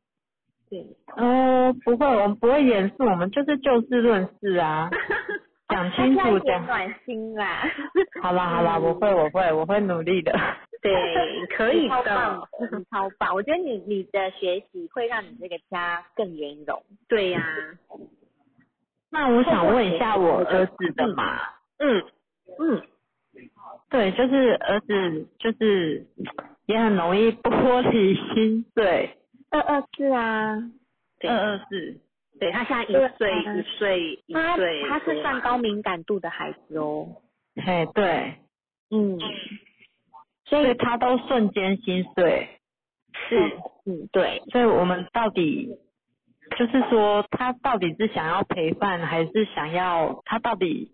S3: 哦，不会，我们不会严肃，我们就是就事论事啊， (laughs) 讲清
S2: 他需要
S3: 楚
S2: 一点
S3: 讲。
S2: 暖心啦。
S3: 好啦好啦，我会我会我会努力的。
S2: (laughs)
S1: 对，可以
S2: 你超棒
S1: 的。，
S2: 你超棒！我觉得你你的学习会让你这个家更圆融。
S1: 对呀、
S3: (laughs) 那我想问一下我儿子的嘛，
S1: 嗯嗯，
S3: 对，就是儿子就是也很容易玻璃心碎。
S2: 二二四啊，
S1: 对
S3: 二二四。
S1: 对他现在一
S2: 对
S1: 岁
S2: 嗯
S1: 一岁一
S2: 他
S1: 岁，啊
S2: 他是算高敏感度的孩子哦。
S3: 嘿，对，
S2: 嗯，
S3: 所以他都瞬间心碎。
S1: 是
S2: 嗯，对，
S3: 所以我们到底就是说，他到底是想要陪伴，还是想要他到底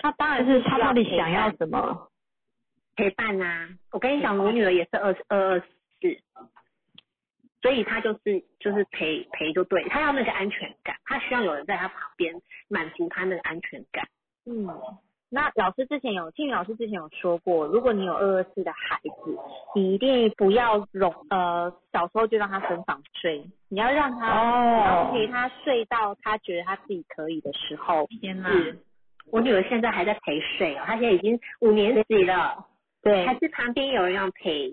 S2: 他当
S3: 就
S2: 然
S3: 是
S2: 需要
S3: 他到底
S2: 陪
S3: 想要
S2: 伴
S3: 什么？
S1: 陪伴呐、我跟你讲，我女儿也是二二二四，所以她就是就是陪陪就对，她要那个安全感，她需要有人在她旁边满足她那个安全感。
S2: 嗯，那老师之前有，静宇老师之前有说过，如果你有二二四的孩子，你一定不要容呃小时候就让他分房睡，你要让他、你要
S3: 哦，
S2: 陪他睡到他觉得他自己可以的时候。
S3: 天哪！
S2: 嗯
S1: 是我女儿现在还在陪睡哦，她现在已经五年级了，
S2: 对
S1: 还是旁边有人要陪。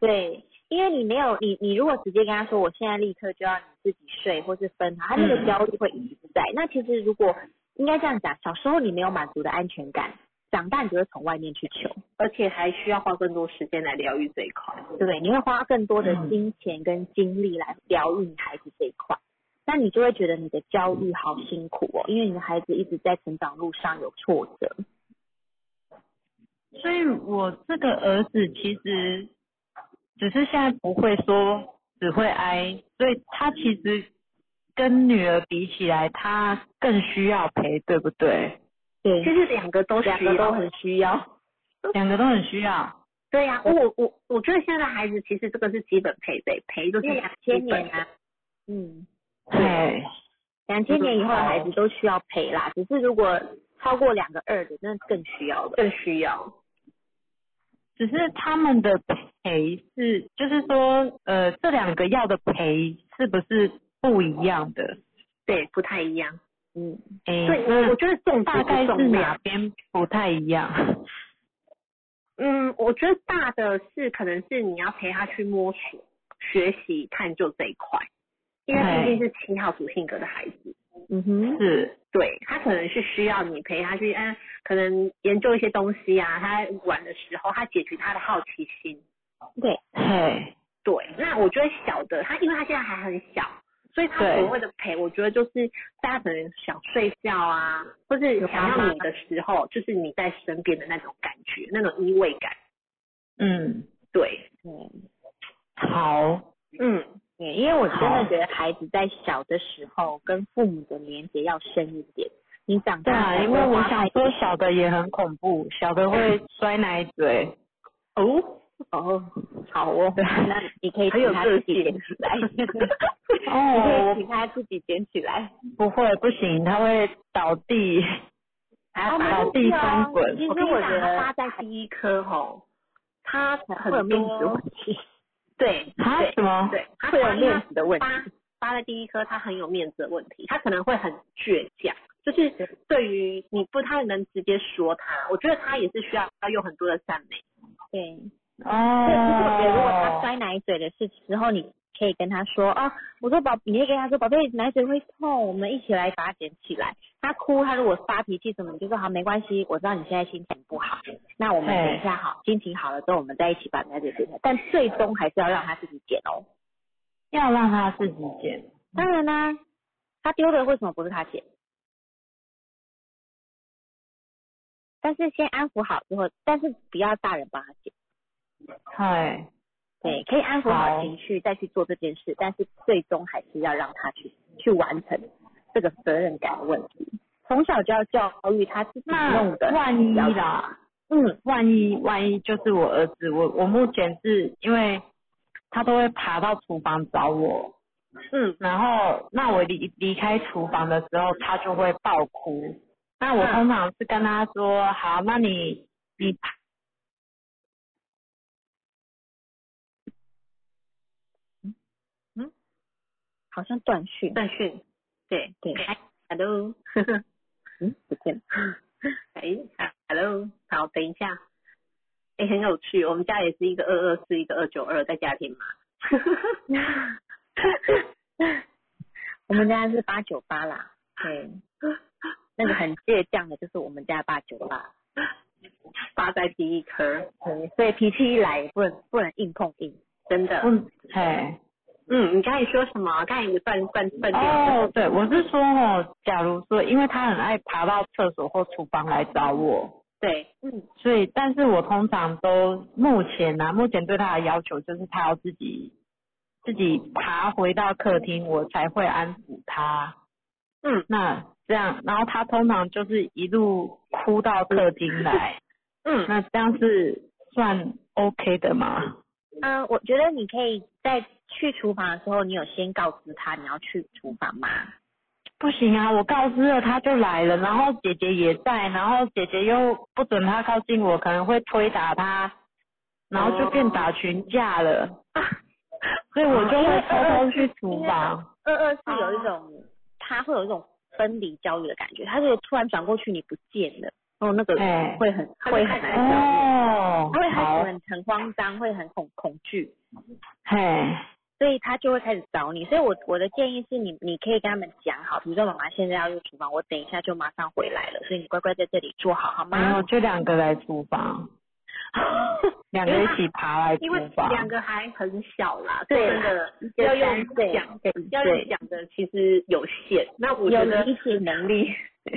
S2: 对，因为你没有你你如果直接跟他说我现在立刻就要你自己睡或是分他，他那个
S3: 嗯
S2: 焦虑会一直在。那其实如果应该这样讲，小时候你没有满足的安全感，长大你就会从外面去求，
S1: 而且还需要花更多时间来疗愈这一块。
S2: 对不对？你会花更多的
S3: 嗯
S2: 金钱跟精力来疗愈你孩子这一块。那你就会觉得你的焦虑好辛苦哦，因为你的孩子一直在成长路上有挫折。
S3: 所以我这个儿子其实只是现在不会说，只会哀，所以他其实跟女儿比起来，他更需要陪，对不对？
S2: 对
S1: 其实两个都需要，
S2: 两个都很需要。
S3: 两个都很需要。
S1: 对呀、我我我觉得现在孩子其实这个是基本配备，陪就是
S2: 因为两千年
S1: 啊，
S2: 啊，嗯，
S3: 对，
S2: 两千年以后的孩子都需要陪啦，只是如果超过两个二的，那更需要了。
S1: 更需要。
S3: 只是他们的陪是，就是说，呃，这两个要的陪是不是不一样的？
S1: 对，不太一样。
S2: 嗯，
S3: 哎、
S1: 对，我
S3: 那
S1: 我觉得重
S3: 大
S1: 质
S3: 概
S1: 不
S3: 是
S1: 重
S3: 哪
S1: 量。
S3: 边不太一样？
S1: 嗯，我觉得大的是可能是你要陪他去摸索、学习、探究这一块，因为毕竟是七号属性格的孩子。
S2: 嗯哼，
S3: 是，
S1: 对他可能是需要你陪他去，嗯，可能研究一些东西啊。他玩的时候，他解决他的好奇心。
S2: 对，
S3: 嘿，
S1: 对，那我觉得小的他，因为他现在还很小，所以他
S3: 对
S1: 所谓的陪，我觉得就是大家可能想睡觉啊，或是想
S3: 妈妈
S1: 要你的时候，就是你在身边的那种感觉，那种依偎感。
S3: 嗯，
S1: 对，
S2: 嗯，
S3: 好，
S1: 嗯，
S2: 对因为我真的
S3: 好
S2: 觉得孩子在小的时候跟父母的连接要深一点，你长
S3: 对
S2: 大
S3: 啊，
S2: 才
S3: 因
S2: 会
S3: 为我
S2: 花
S3: 想
S2: 太
S3: 说小的也很恐怖，小的会摔奶嘴，
S1: 哦，
S2: 哦，好哦，
S3: (laughs) 对
S2: 那你可以
S1: 很
S2: 请
S1: 有
S2: 他
S1: 个
S2: 自己
S1: 性
S2: 捡起来，你可以
S3: 哦，
S2: 请他自己捡起来。
S3: 我不会，不行，他会倒地，
S2: 哦
S1: 还
S3: 没
S1: 蛮
S3: 关
S2: 其
S3: 系啊
S1: 我
S2: 实
S1: 跟你
S2: 我
S1: 讲，
S2: 觉
S1: 他
S2: 得
S1: 发在第一颗吼，他
S2: 会有
S1: 很
S2: 面子问
S1: 多
S2: 题，
S1: 对
S3: 啊，
S1: 对
S3: 什么？
S1: 对，他
S2: 会有
S1: 发
S2: 面子的问题。
S1: 发发在第一颗，他很有面子的问题，他可能会很倔强，就是对于你不太能直接说他，我觉得他也是需要有很多的赞美。
S2: 对，
S3: (laughs) 哦，
S2: 对，其实我觉得如果他摔奶嘴的事之后，你可以跟他说啊，我说宝，你可以跟他说，宝贝，奶嘴会痛，我们一起来把它捡起来。他哭，他如果发脾气什么，你就说好，没关系，我知道你现在心情不好，那我们
S3: 对
S2: 等一下好，心情好了之后，我们再一起把奶嘴捡起来。但最终还是要让他自己捡哦。
S3: 要让他自己捡，
S2: 当然啦、他丢的为什么不是他捡？但是先安抚好之后，但是不要大人帮他捡，
S3: 嗨，
S2: 对，可以安抚好
S3: 嗯好
S2: 情绪再去做这件事，但是最终还是要让他去去完成这个责任感的问题。从小就要教育他自己
S3: 那
S2: 弄的，
S3: 万一啦，
S2: 嗯，
S3: 万一万一就是我儿子，我我目前是因为他都会爬到厨房找我，
S1: 嗯，
S3: 然后那我离离开厨房的时候，他就会爆哭。那我
S1: 嗯
S3: 通常是跟他说，好，那你你爬
S2: 好像断讯，
S1: 但训，对
S2: 对
S1: ，Hello， (laughs)
S2: 嗯，不见
S3: (laughs)
S2: 了，
S1: 哎，Hello，好，等一下，哎，很有趣，我们家也是一个二二四，一个二九二，在家庭嘛。 (laughs)
S2: 我们家是八九八啦，
S3: (laughs)
S2: 对，那个很倔强的就是我们家八九八。
S1: 发在第一颗，
S2: 对，所以脾气一来不能不能硬碰硬。
S1: 真的。
S3: 不，嘿，
S1: 嗯，你刚才说什么？刚才你断断断掉了。
S3: 哦，对，我是说哦，假如说，因为他很爱爬到厕所或厨房来找我，
S1: 对，
S3: 所以，但是我通常都目前呢、啊，目前对他的要求就是他要自己自己爬回到客厅，我才会安抚他。
S1: 嗯，
S3: 那这样，然后他通常就是一路哭到客厅来，
S1: 嗯，
S3: 那这样是算 OK 的吗？
S2: 嗯、我觉得你可以在去厨房的时候，你有先告知他你要去厨房吗？
S3: 不行啊，我告知了他就来了，然后姐姐也在，然后姐姐又不准他靠近我，可能会推打他，然后就变打群架了。 (laughs) 所以我就会偷偷去厨
S1: 哦
S3: 房。
S2: 二二是有一种，他会有一种分离焦虑的感觉，他就突然转过去你不见了，哦，那个
S3: 哎
S2: 会很
S1: 他
S2: 会
S1: 就
S2: 很
S1: 看
S2: 难
S1: 起来
S2: 受，
S3: 哦
S2: 他会
S3: 好，
S2: 很很很慌张，会很恐恐惧，
S3: 嘿，
S2: 所以他就会开始找你。所以我我的建议是你你可以跟他们讲好，比如说妈妈现在要去厨房，我等一下就马上回来了，所以你乖乖在这里坐好好吗？
S3: 没有，哎就两个来厨房，两个一起爬来厨
S1: 因为
S3: 房。
S1: 两个还很小啦，
S2: 对
S1: 说真的
S2: 个
S1: 要
S2: 三
S1: 用
S2: 岁
S1: 讲
S2: 对
S1: 要
S2: 对
S1: 用讲的其实有限。那我觉
S2: 有
S1: 得
S2: 理解能力，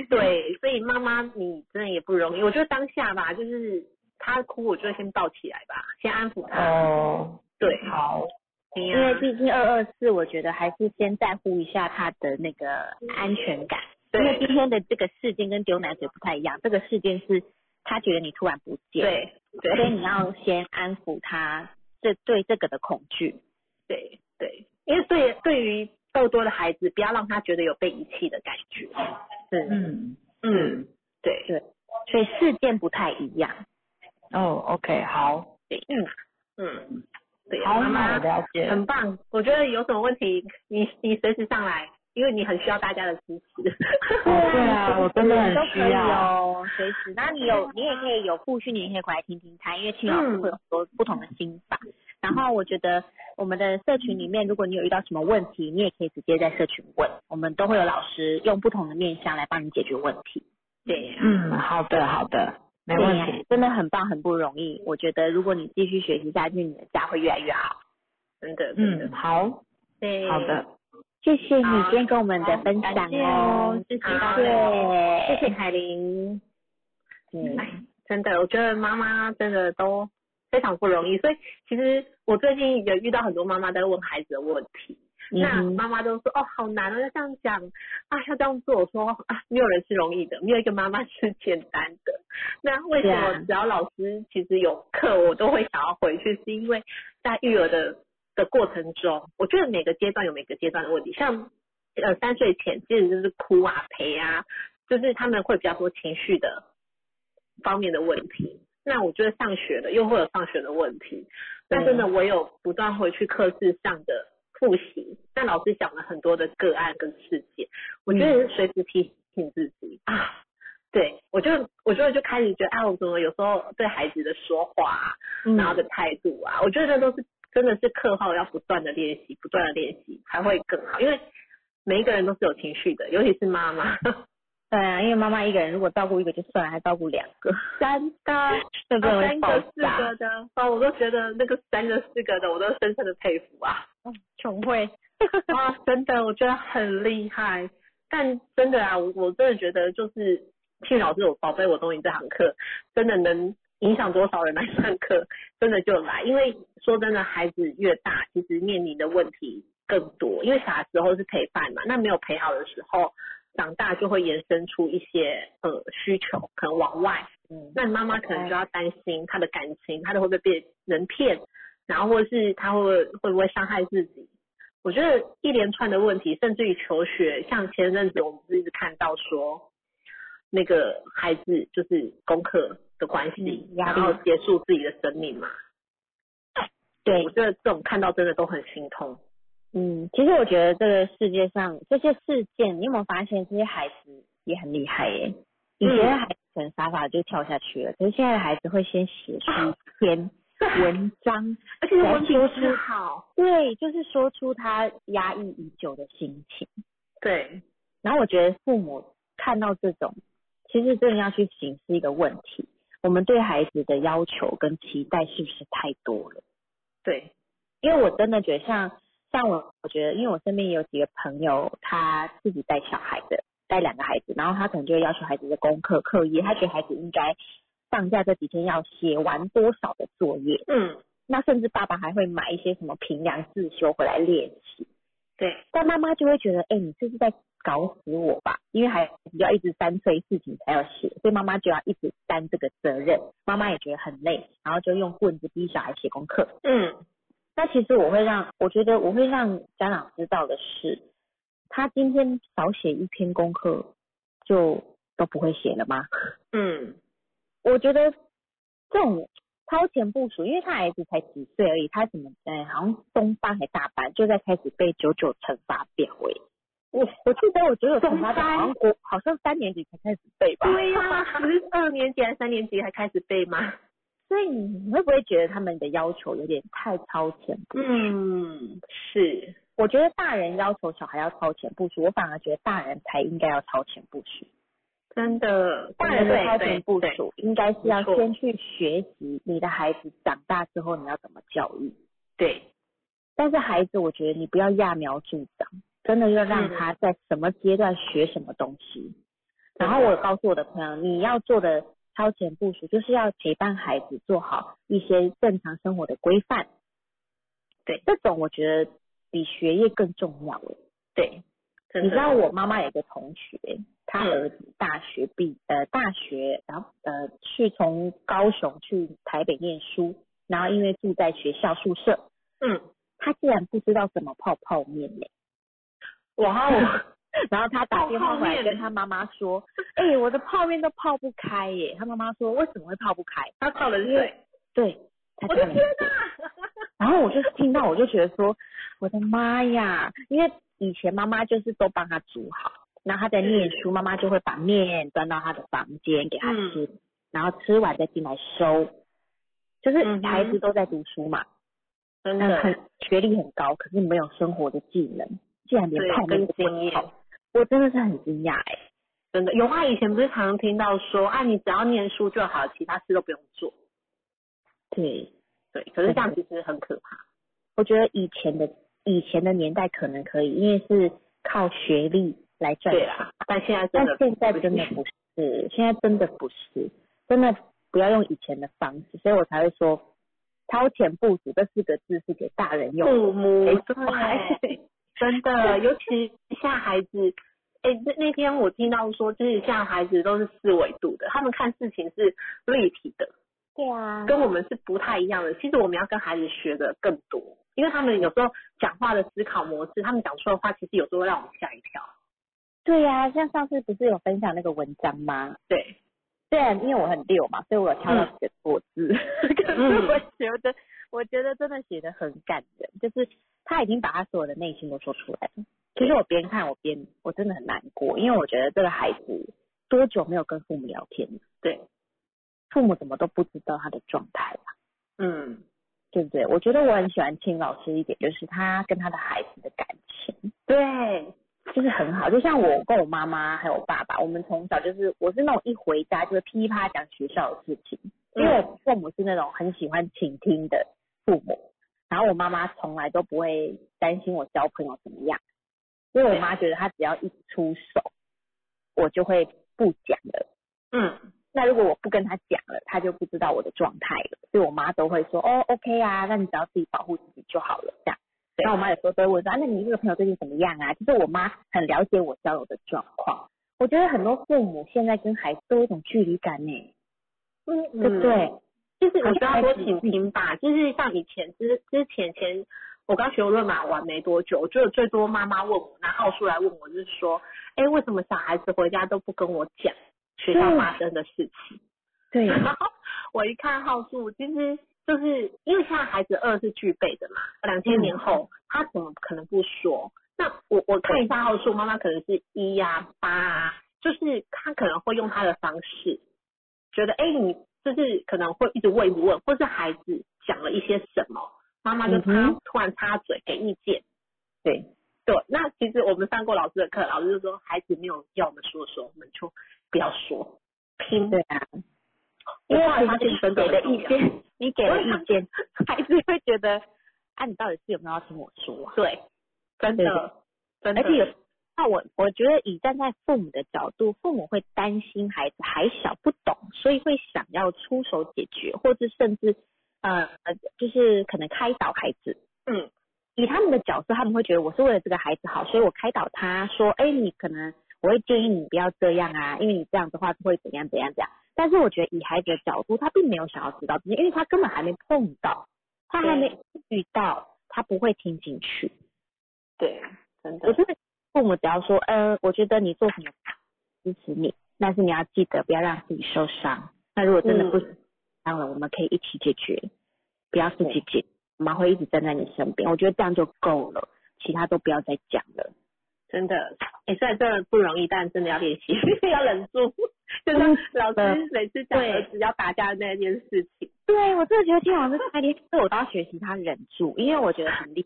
S1: 对，所以妈妈你真的也不容易。我觉得当下吧，就是他哭，我就先抱起来吧，先安抚他。
S3: 哦，
S1: 对，啊
S3: 好，
S1: 对
S2: 因
S1: 呀
S2: 为毕竟二二四，我觉得还是先在乎一下他的那个安全感。因为今
S1: 对
S2: 天的这个事件跟丢奶嘴不太一样，这个事件是他觉得你突然不见，，
S1: 对
S2: 所以
S1: 对
S2: 你要先安抚他这对这个的恐惧。
S1: 对对，因为对对于够多的孩子，不要让他觉得有被遗弃的感觉。
S2: 是，
S3: 嗯，
S1: 嗯，对
S2: 对，所以事件不太一样。
S3: 哦，OK，好，
S1: 对，嗯嗯，对，
S3: 好，
S1: 妈
S3: 那
S1: 妈
S3: 我了解了。
S1: 很棒，我觉得有什么问题，你你随时上来，因为你很需要大家的支
S3: (laughs)
S1: 持。
S3: 哦对啊，我真的很需
S2: 都可以
S3: 要。
S2: 哦，随时。那你有，你也可
S3: 嗯
S2: 以有护训，你也可以过来听听看，因为青老师会有很多不同的心法。然后我觉得，我们的社群里面，如果你有遇到什么问题，你也可以直接在社群问，我们都会有老师用不同的面向来帮你解决问题。对
S1: 啊
S2: 呀、
S3: 嗯，好的好的，没
S2: 对
S3: 问
S2: 呀、
S3: 题。
S2: 真的很棒，很不容易。我觉得如果你继续学习下去，你的家会越来越好。真的，真的
S3: 嗯，，好，
S2: 对，
S3: 好，的，
S2: 谢谢你
S1: 好
S2: 今天跟我们的分享
S3: 感谢哦谢谢
S1: 大
S2: 对，
S1: 谢谢凯琳。
S2: 嗯
S1: 哎，真的，我觉得妈妈真的都非常不容易，所以其实我最近有遇到很多妈妈在问孩子的问题，那
S2: 嗯
S1: 妈妈都说哦好难哦，要这样讲啊，要这样做。我说啊，没有人是容易的，没有一个妈妈 (laughs) 是简单的。那为什
S2: 是
S1: 么
S2: 啊
S1: 只要老师其实有课，我都会想要回去，是因为在育儿的的过程中，我觉得每个阶段有每个阶段的问题，像呃三岁前其实就是哭啊陪啊，就是他们会比较多情绪的方面的问题。那我觉得上学了又会有上学的问题，那
S2: 对
S1: 真的我有不断回去课室上的复习，那老师讲了很多的个案跟事件，我觉
S2: 嗯
S1: 得随时提醒自己、啊，对我就我就就开始觉得啊，我怎么有时候对孩子的说话、啊，
S2: 嗯
S1: 然后的态度啊，我觉得这都是真的是课后要不断的练习，不断的练习才会更好，因为每一个人都是有情绪的，尤其是
S2: (laughs)
S1: 妈妈，
S2: 对啊，因为妈妈一个人如果照顾一个就算了，还照顾两个，
S1: 真的，
S2: 会不
S1: 啊
S2: 会
S1: 三
S2: 爆
S1: 个四
S2: 炸？
S1: 个的，啊，我都觉得那个三个四个的，我都深深的佩服啊。
S2: 穷会，
S1: 啊，真的，我觉得很厉害。但真的啊，我我真的觉得就是庆老师，我宝贝，我懂你这堂课，真的能影响多少人来上课， (laughs) 真的就来。因为说真的，孩子越大，其实面临的问题更多。因为小的时候是陪伴嘛，那没有陪好的时候，长大就会延伸出一些呃需求，可能往外。
S2: 嗯，
S1: 那妈妈可能就要担心他的感情，他的会不会被人骗，然后或是他会不会会不会伤害自己？我觉得一连串的问题，甚至于求学，像前阵子我们不是一直看到说，那个孩子就是功课的关系，
S2: 嗯压
S1: 然
S2: 力
S1: 后结束自己的生命嘛。
S2: 对
S1: 我，觉得这种看到真的都很心痛。
S2: 嗯，其实我觉得这个世界上这些事件，你有没有发现这些孩子也很厉害耶？以前
S1: 嗯
S2: 的孩子可能傻傻就跳下去了，可是现在的孩子会先写出
S1: 啊
S2: 一篇文章，
S1: (laughs) 而且文
S2: 说
S1: 笔
S2: 出
S1: 之好，
S2: 对，就是说出他压抑已久的心情。
S1: 对，
S2: 然后我觉得父母看到这种，其实真的要去警示一个问题：我们对孩子的要求跟期待是不是太多了？
S1: 对，
S2: 因为我真的觉得像像我，我觉得因为我身边也有几个朋友，他自己带小孩的，带两个孩子，然后他可能就会要求孩子的功课、课业，他觉得孩子应该放假这几天要写完多少的作业，
S1: 嗯，
S2: 那甚至爸爸还会买一些什么平梁自修回来练习，
S1: 对，
S2: 但妈妈就会觉得，哎、你这是在搞死我吧？因为孩子要一直三催四请才要写，所以妈妈就要一直担这个责任，妈妈也觉得很累，然后就用棍子逼小孩写功课。
S1: 嗯，
S2: 那其实我会让，我觉得我会让家长知道的是，他今天少写一篇功课就都不会写了吗？
S1: 嗯，
S2: 我觉得这种超前部署，因为他孩子才几岁而已，他怎么，嗯，好像中班还大班就在开始背九九乘法表诶、我我记得我九九乘法表好像国好像三年级才开始背吧，
S1: 对呀、 (laughs) 十二年级还是三年级还开始背吗？
S2: 所以你会不会觉得他们的要求有点太超前部署？
S1: 嗯，是，
S2: 我觉得大人要求小孩要超前部署，我反而觉得大人才应该要超前部署。
S1: 真的，
S2: 大人的
S1: 对
S2: 超前部，
S1: 对对
S2: 署应该是要
S1: 没错
S2: 先去学习你的孩子长大之后你要怎么教育。
S1: 对，
S2: 但是孩子，我觉得你不要揠苗助长，真的要让
S1: 嗯
S2: 他在什么阶段学什么东西。然后我告诉我的朋友，你要做的超前部署，就是要陪伴孩子做好一些正常生活的规范。
S1: 对，
S2: 这种我觉得比学业更重要欸诶。
S1: 对，真的
S2: 你知道我妈妈有一个同学，她
S1: 嗯
S2: 儿子大学毕呃大学，然后呃去从高雄去台北念书，然后因为住在学校宿舍，
S1: 嗯，
S2: 他竟然不知道怎么泡泡面呢、 (laughs)
S1: 哇哦，
S2: 然后他打电话回
S1: 泡泡
S2: 来
S1: 面
S2: 跟他妈妈说：“哎、我的泡面都泡不开耶、他妈妈说：“为什么会泡不开
S1: (laughs) 他泡冷
S2: (laughs)
S1: 水，？”
S2: 对，他
S1: 我的
S2: 家里
S1: 天 (laughs) 哪，
S2: 然后我就听到，我就觉得说：“我的妈呀！”因为以前妈妈就是都帮他煮好，然后他在
S1: 嗯
S2: 念书，妈妈就会把面端到他的房间给他吃，然后吃完再进来收，就是
S1: 嗯哼
S2: 孩子都在读书嘛。真
S1: 那
S2: 的
S1: 很
S2: 学历很高，可是没有生活的技能，竟然连
S1: 对
S2: 泡
S1: 跟
S2: 面都不
S1: 经
S2: 会
S1: 验
S2: 泡，我真的是很惊讶哎。
S1: 真的有啊，以前不是常常听到说啊，你只要念书就好，其他事都不用做。
S2: 对，
S1: 对，可是这样其实很可怕。
S2: 我觉得以前的以前的年代可能可以，因为是靠学历来赚
S1: 对啊
S2: 钱，
S1: 啦，但现在真
S2: 但
S1: 的
S2: 现在真的不是，现在真的不是，真的不要用以前的方式，所以我才会说“超前部署”这四个字是给大人用的。
S1: 父母
S2: 没错
S1: (laughs) 对，真的，尤其现在孩子，哎、那那天我听到说，就是现在孩子都是四维度的，他们看事情是立体的，
S2: 对啊，
S1: 跟我们是不太一样的。其实我们要跟孩子学的更多，因为他们有时候讲话的思考模式，他们讲出来的话，其实有时候会让我们吓一跳。
S2: 对啊，像上次不是有分享那个文章吗？
S1: 对，
S2: 虽然因为我很溜嘛，所以我有挑到
S1: 嗯
S2: 写错字， (laughs) 可是我觉得，我觉得真的写的很感人，就是他已经把他所有的内心都说出来了。其实我边看我边，我真的很难过，因为我觉得这个孩子多久没有跟父母聊天了？
S1: 对，
S2: 父母怎么都不知道他的状态啊，
S1: 嗯，
S2: 对不对？我觉得我很喜欢青老师一点，就是他跟他的孩子的感情。
S1: 对，
S2: 就是很好，就像我跟我妈妈还有我爸爸，我们从小就是我是那种一回家就会噼啪讲学校的事情，因为我父母是那种很喜欢倾听的父母，然后我妈妈从来都不会担心我交朋友怎么样，因为我妈觉得她只要一出手，我就会不讲了。
S1: 嗯，
S2: 那如果我不跟她讲了，她就不知道我的状态了，所以我妈都会说哦，OK 啊，那你只要自己保护自己就好了，这样。然后我妈有时候都会问说，啊，那你这个朋友最近怎么样啊？就是我妈很了解我交友的状况。我觉得很多父母现在跟孩子都有一种距离感呢，
S1: 嗯，
S2: 对不对？就是
S1: 我
S2: 我觉
S1: 觉得
S2: 得
S1: 要
S2: 孩
S1: 多
S2: 子
S1: 倾听吧，就是像以前之之前前，我刚学论马完没多久，我觉得最多妈妈问我拿奥数来问我，就是说，哎，为什么小孩子回家都不跟我讲学校发生的事情？
S2: (laughs) 对
S1: 然后 (laughs) 我一看奥数，其实就是因为现在孩子二是具备的嘛，两千
S2: 嗯
S1: 年后、他怎么可能不说？那我我看一下奥数，妈妈可能是一呀八啊，就是他可能会用他的方式，觉得哎、诶你就是可能会一直问一直问，或是孩子讲了一些什么，妈妈就插、
S2: 嗯哼
S1: 突然插嘴给意见。
S2: 对
S1: 对，那其实我们上过老师的课，老师就说孩子没有要我们说的时候，我们就不要说，听。
S2: 对啊，因
S1: 因为
S2: 为
S1: 后来发现
S2: 你
S1: 真的
S2: 给
S1: 很
S2: 的
S1: 重
S2: 意
S1: 要
S2: 见，你给的
S1: 对啊
S2: 意见，孩子会觉得，啊，你到底是有没有要听我说啊？
S1: 对，真
S2: 对对
S1: 的，真的，
S2: 而且有，那我我觉得以站在父母的角度，父母会担心孩子还小不懂，所以会想要出手解决，或者甚至呃呃，就是可能开导孩子。
S1: 嗯，
S2: 以他们的角色，他们会觉得我是为了这个孩子好，所以我开导他说，哎，你可能我会建议你不要这样啊，因为你这样的话会怎样怎样怎样。但是我觉得以孩子的角度，他并没有想要知道这些，因为他根本还没碰到，他还没遇到，他不会听进去。
S1: 对，啊真
S2: 我
S1: 的，
S2: 觉得父母只要说，呃，我觉得你做什么支持你，但是你要记得不要让自己受伤。那如果
S1: 嗯
S2: 真的不行，当然我们可以一起解决，不要自己解，我妈会一直站在你身边。我觉得这样就够了，其他都不要再讲了。
S1: 真的，哎、虽然真的不容易，但真的要练习， (laughs) 要忍住。就像老师每次讲
S2: 对
S1: 儿子要打架的那件事情，
S2: 对我真的觉得天王是太厉害，所以我都要学习他忍住，因为我觉得很厉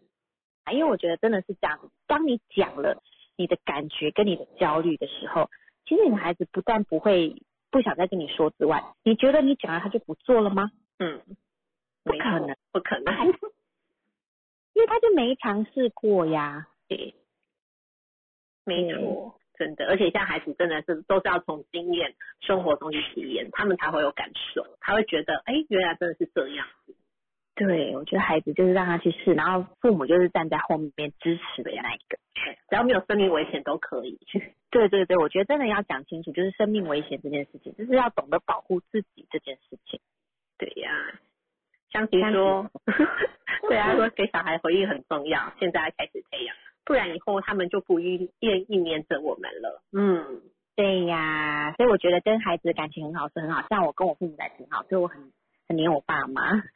S2: 害，因为我觉得真的是这样子。当你讲了你的感觉跟你的焦虑的时候，其实你的孩子不但不会不想再跟你说之外，你觉得你讲了他就不做了吗？
S1: 嗯，
S2: 不
S1: 没
S2: 可
S1: 错
S2: 能，啊
S1: 不可能，
S2: 因为他就没尝试过呀。
S1: 对，没错，
S2: 嗯
S1: 真的，而且现在孩子真的是都是要从经验、生活中去体验，他们才会有感受，才会觉得，哎、原来真的是这样。
S2: 对，我觉得孩子就是让他去试，然后父母就是站在后面支持的那一个。
S1: 只要没有生命危险都可以。 (laughs)
S2: 对对对，我觉得真的要讲清楚，就是生命危险这件事情，就是要懂得保护自己这件事情。
S1: 对呀、香琪 (laughs) 说，对啊，说给小孩回忆很重要，现在开始培养，不然以后他们就不愿愿意黏着我们了。嗯，
S2: 对呀，所以我觉得跟孩子的感情很好是很好，像我跟我父母感情很好，所以我很很黏我爸妈。 (laughs)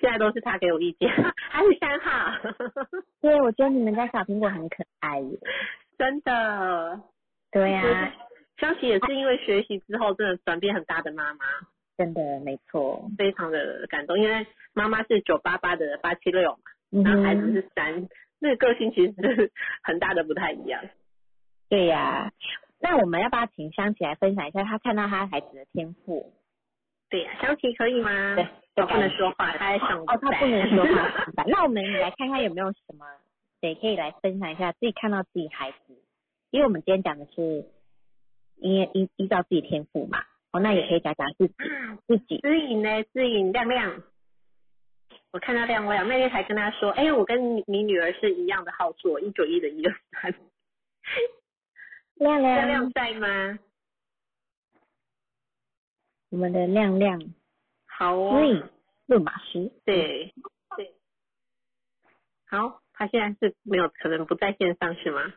S1: 现在都是他给我意见， (laughs) 还是三号， (laughs)
S2: 对，我觉得你们家小苹果很可爱耶。
S1: 真的。
S2: 对呀、
S1: 香琪也是因为学习之后真的转变很大的妈妈，
S2: 真的没错，
S1: 非常的感动，因为妈妈是九八八的八七六嘛，
S2: 嗯
S1: 然后
S2: 哼
S1: 孩子是三，那个个性其实是很大的不太一样。
S2: 对呀、那我们要不要请香琪来分享一下她看到她孩子的天赋？
S1: 对呀、香琪可以吗？
S2: 对
S1: 哦不能说话，他在上
S2: 哦，她
S1: 班
S2: 不能说 (laughs)
S1: (laughs)
S2: 话是吧那我们来看看有没有什么谁可以来分享一下自己看到自己孩子，因为我们今天讲的是依依依照自己天赋嘛，哦，那也可以讲讲自己自己
S1: 知颖呢？知颖亮亮，我看到亮亮那天才跟他说，哎、我跟你你女儿是一样的号数，一九一的一二三。
S2: 亮
S1: 亮
S2: 亮
S1: 亮，在吗？
S2: 我们的亮亮，
S1: 好哦，
S2: 所以论马师，
S1: 对对，好，他现在是没有，可能不在线上是吗？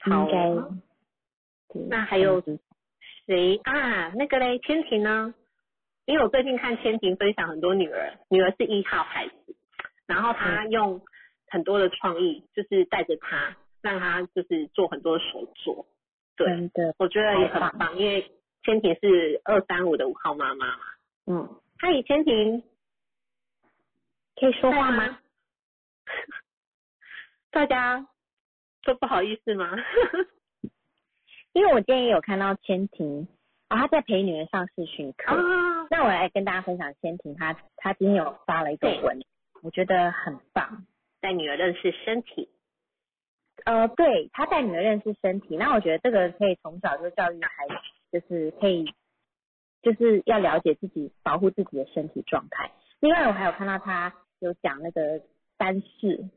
S1: 好
S2: 应该
S1: 哦，
S2: 对
S1: 那还有谁啊？那个嘞，千婷呢？因为我最近看千婷分享很多女儿，女儿是一号孩子，然后
S2: 嗯
S1: 她用很多的创意，就是带着她，让她就是做很多手作。对，
S2: 真的，
S1: 我觉得也很
S2: 嗯好
S1: 棒，因为千婷是二三五的五号妈妈嘛。
S2: 嗯，
S1: 嗨，千婷，
S2: 可以说话吗？？
S1: (laughs) 大家都不好意思吗？ (laughs)
S2: 因为我今天也有看到千婷，啊、她在陪女儿上视讯课。
S1: 啊，
S2: 那我来跟大家分享千婷，她她今天有发了一个文，我觉得很棒。
S1: 带女儿认识身体，
S2: 呃，对，她带女儿认识身体，那我觉得这个可以从小就教育孩子，就是可以，就是要了解自己，保护自己的身体状态。另外，我还有看到她有讲那个三式，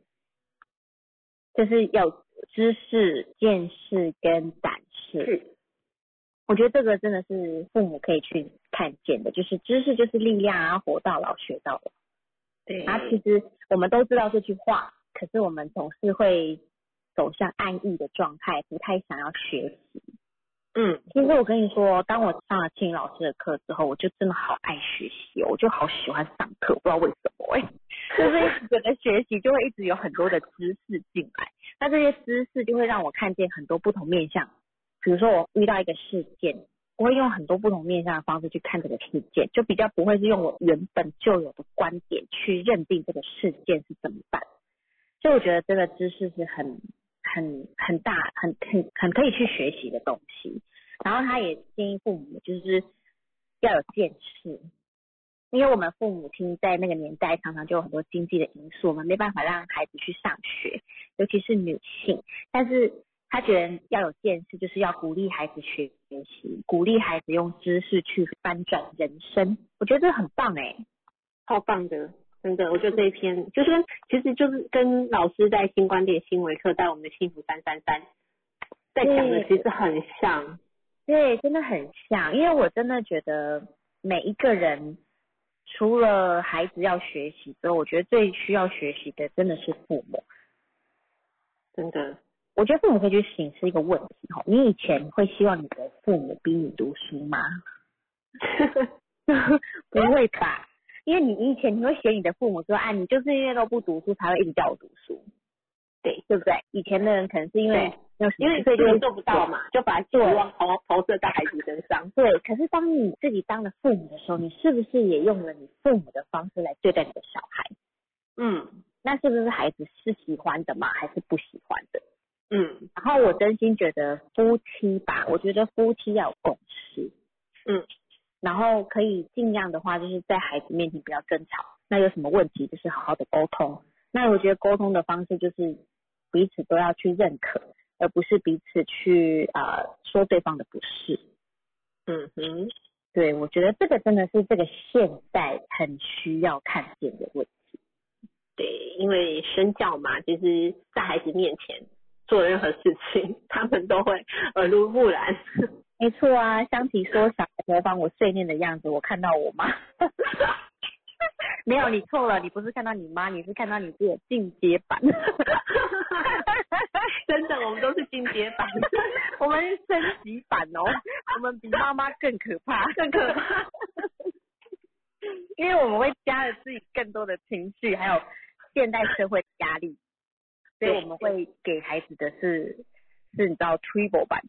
S2: 就是有知识、见识跟胆识。
S1: 是
S2: 我觉得这个真的是父母可以去看见的，就是知识就是力量啊，活到老学到老。
S1: 对
S2: 啊，其实我们都知道这句话，可是我们总是会走向安逸的状态，不太想要学习。
S1: 嗯，
S2: 其实我跟你说，哦当我上了庆老师的课之后，我就真的好爱学习哦，我就好喜欢上课，不知道为什么哎、就是一直觉得学习就会一直有很多的知识进来，那这些知识就会让我看见很多不同面向。比如说我遇到一个事件，我会用很多不同面向的方式去看这个事件，就比较不会是用我原本就有的观点去认定这个事件是怎么办。所以我觉得这个知识是很很很大、很很很可以去学习的东西。然后他也建议父母就是要有见识，因为我们父母亲在那个年代常常就有很多经济的因素，我们没办法让孩子去上学，尤其是女性。但是他觉得要有见识，就是要鼓励孩子学习，鼓励孩子用知识去翻转人生。我觉得这很棒哎、
S1: 超棒的，真的，我觉得这一篇就是跟其实就是跟老师在新观点新维课带我们的幸福三三三在讲的其实很像，
S2: 对，真的很像，因为我真的觉得每一个人除了孩子要学习之后，我觉得最需要学习的真的是父母。
S1: 真的，
S2: 我觉得父母可以去审视一个问题哦，你以前会希望你的父母逼你读书吗？不会吧，因为你你以前你会嫌你的父母说，啊，你就是因为都不读书才会一直叫我读书，
S1: 对，
S2: 对不对？以前的人可能是因为没
S1: 对
S2: 有时间
S1: 因为
S2: 所
S1: 自
S2: 以就
S1: 己
S2: 是
S1: 做不到嘛，就把希望投投射到孩子身上，
S2: 对，可是当你自己当了父母的时候，你是不是也用了你父母的方式来对待你的小孩？
S1: 嗯
S2: 那是不是孩子是喜欢的吗？还是不喜欢的？
S1: 嗯
S2: 然后我真心觉得夫妻吧，我觉得夫妻要有共识，
S1: 嗯，
S2: 然后可以尽量的话，就是在孩子面前不要争吵，那有什么问题就是好好的沟通。那我觉得沟通的方式就是彼此都要去认可，而不是彼此去呃说对方的不是。
S1: 嗯哼，
S2: 对，我觉得这个真的是这个现代很需要看见的问题。
S1: 对，因为身教嘛，其实在孩子面前做任何事情，他们都会耳濡目染。 (laughs)
S2: 没错啊，香琪说小孩模仿我碎念的样子，我看到我妈。 (laughs) 没有，你错了，你不是看到你妈，你是看到你自己的进阶版。 (laughs)
S1: 真的，我们都是进阶版， (laughs)
S2: 我们是升级版哦，我们比妈妈更可怕，
S1: 更可怕。
S2: (laughs) 因为我们会加了自己更多的情绪，还有现代社会的压力，所以
S1: 对
S2: 我们会给孩子的是
S3: 是你知道 triple 版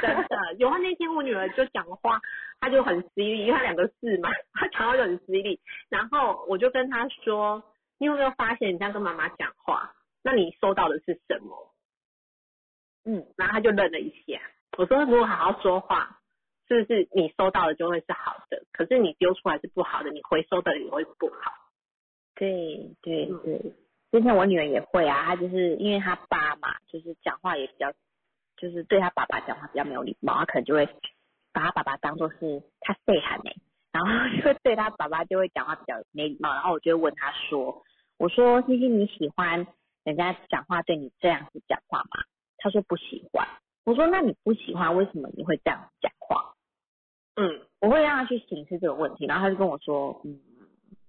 S1: (laughs) 真的。有啊，那天我女儿就讲话，她就很犀利，因为她两个字嘛， (laughs) 她讲话就很犀利。然后我就跟她说，你有没有发现你这样跟妈妈讲话，那你收到的是什么？嗯，然后她就愣了一下。我说，如果好好说话，是不是你收到的就会是好的？可是你丢出来是不好的，你回收的也会不好。
S3: 对对
S1: 嗯
S3: 对，之前我女儿也会啊，她就是因为她爸嘛，就是讲话也比较，就是对她爸爸讲话比较没有礼貌，她可能就会把她爸爸当做是她岁喊呢，然后就会对她爸爸就会讲话比较没礼貌，然后我就会问她说，我说星星你喜欢人家讲话对你这样子讲话吗？她说不喜欢，我说那你不喜欢为什么你会这样讲话？
S1: 嗯，
S3: 我会让他去审视这个问题，然后他就跟我说，嗯，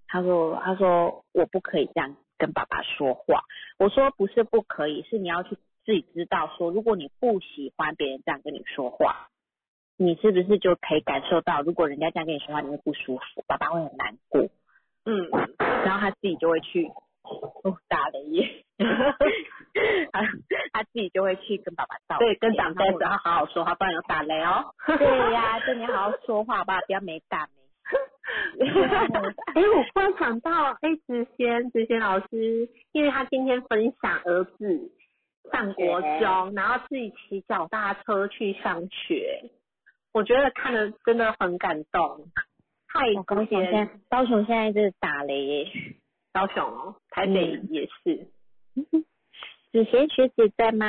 S3: 他说他说我不可以这样跟爸爸说话。我说不是不可以，是你要去自己知道说，如果你不喜欢别人这样跟你说话，你是不是就可以感受到，如果人家这样跟你说话，你会不舒服，爸爸会很难过，
S1: 嗯，
S3: 然后他自己就会去，哦，打了
S1: (laughs)
S3: 耶，他他自己就会去跟爸爸道歉，
S1: 对，跟长辈
S3: 然后 (laughs)
S1: 只要好好说话，不然有打雷哦。
S3: 对呀、对你好好说话吧，不要没大没
S1: 哎、我突然想到，哎、子轩，子轩老师，因为他今天分享儿子上国中，然后自己骑脚踏车去上学，我觉得看了真的很感动。太
S3: 哦高雄
S1: 贤
S3: 现在，高雄现在就是打雷耶。 (laughs)
S1: 高雄哦，台北
S3: 嗯
S1: 也是。 (laughs)
S3: 子贤学姐在吗？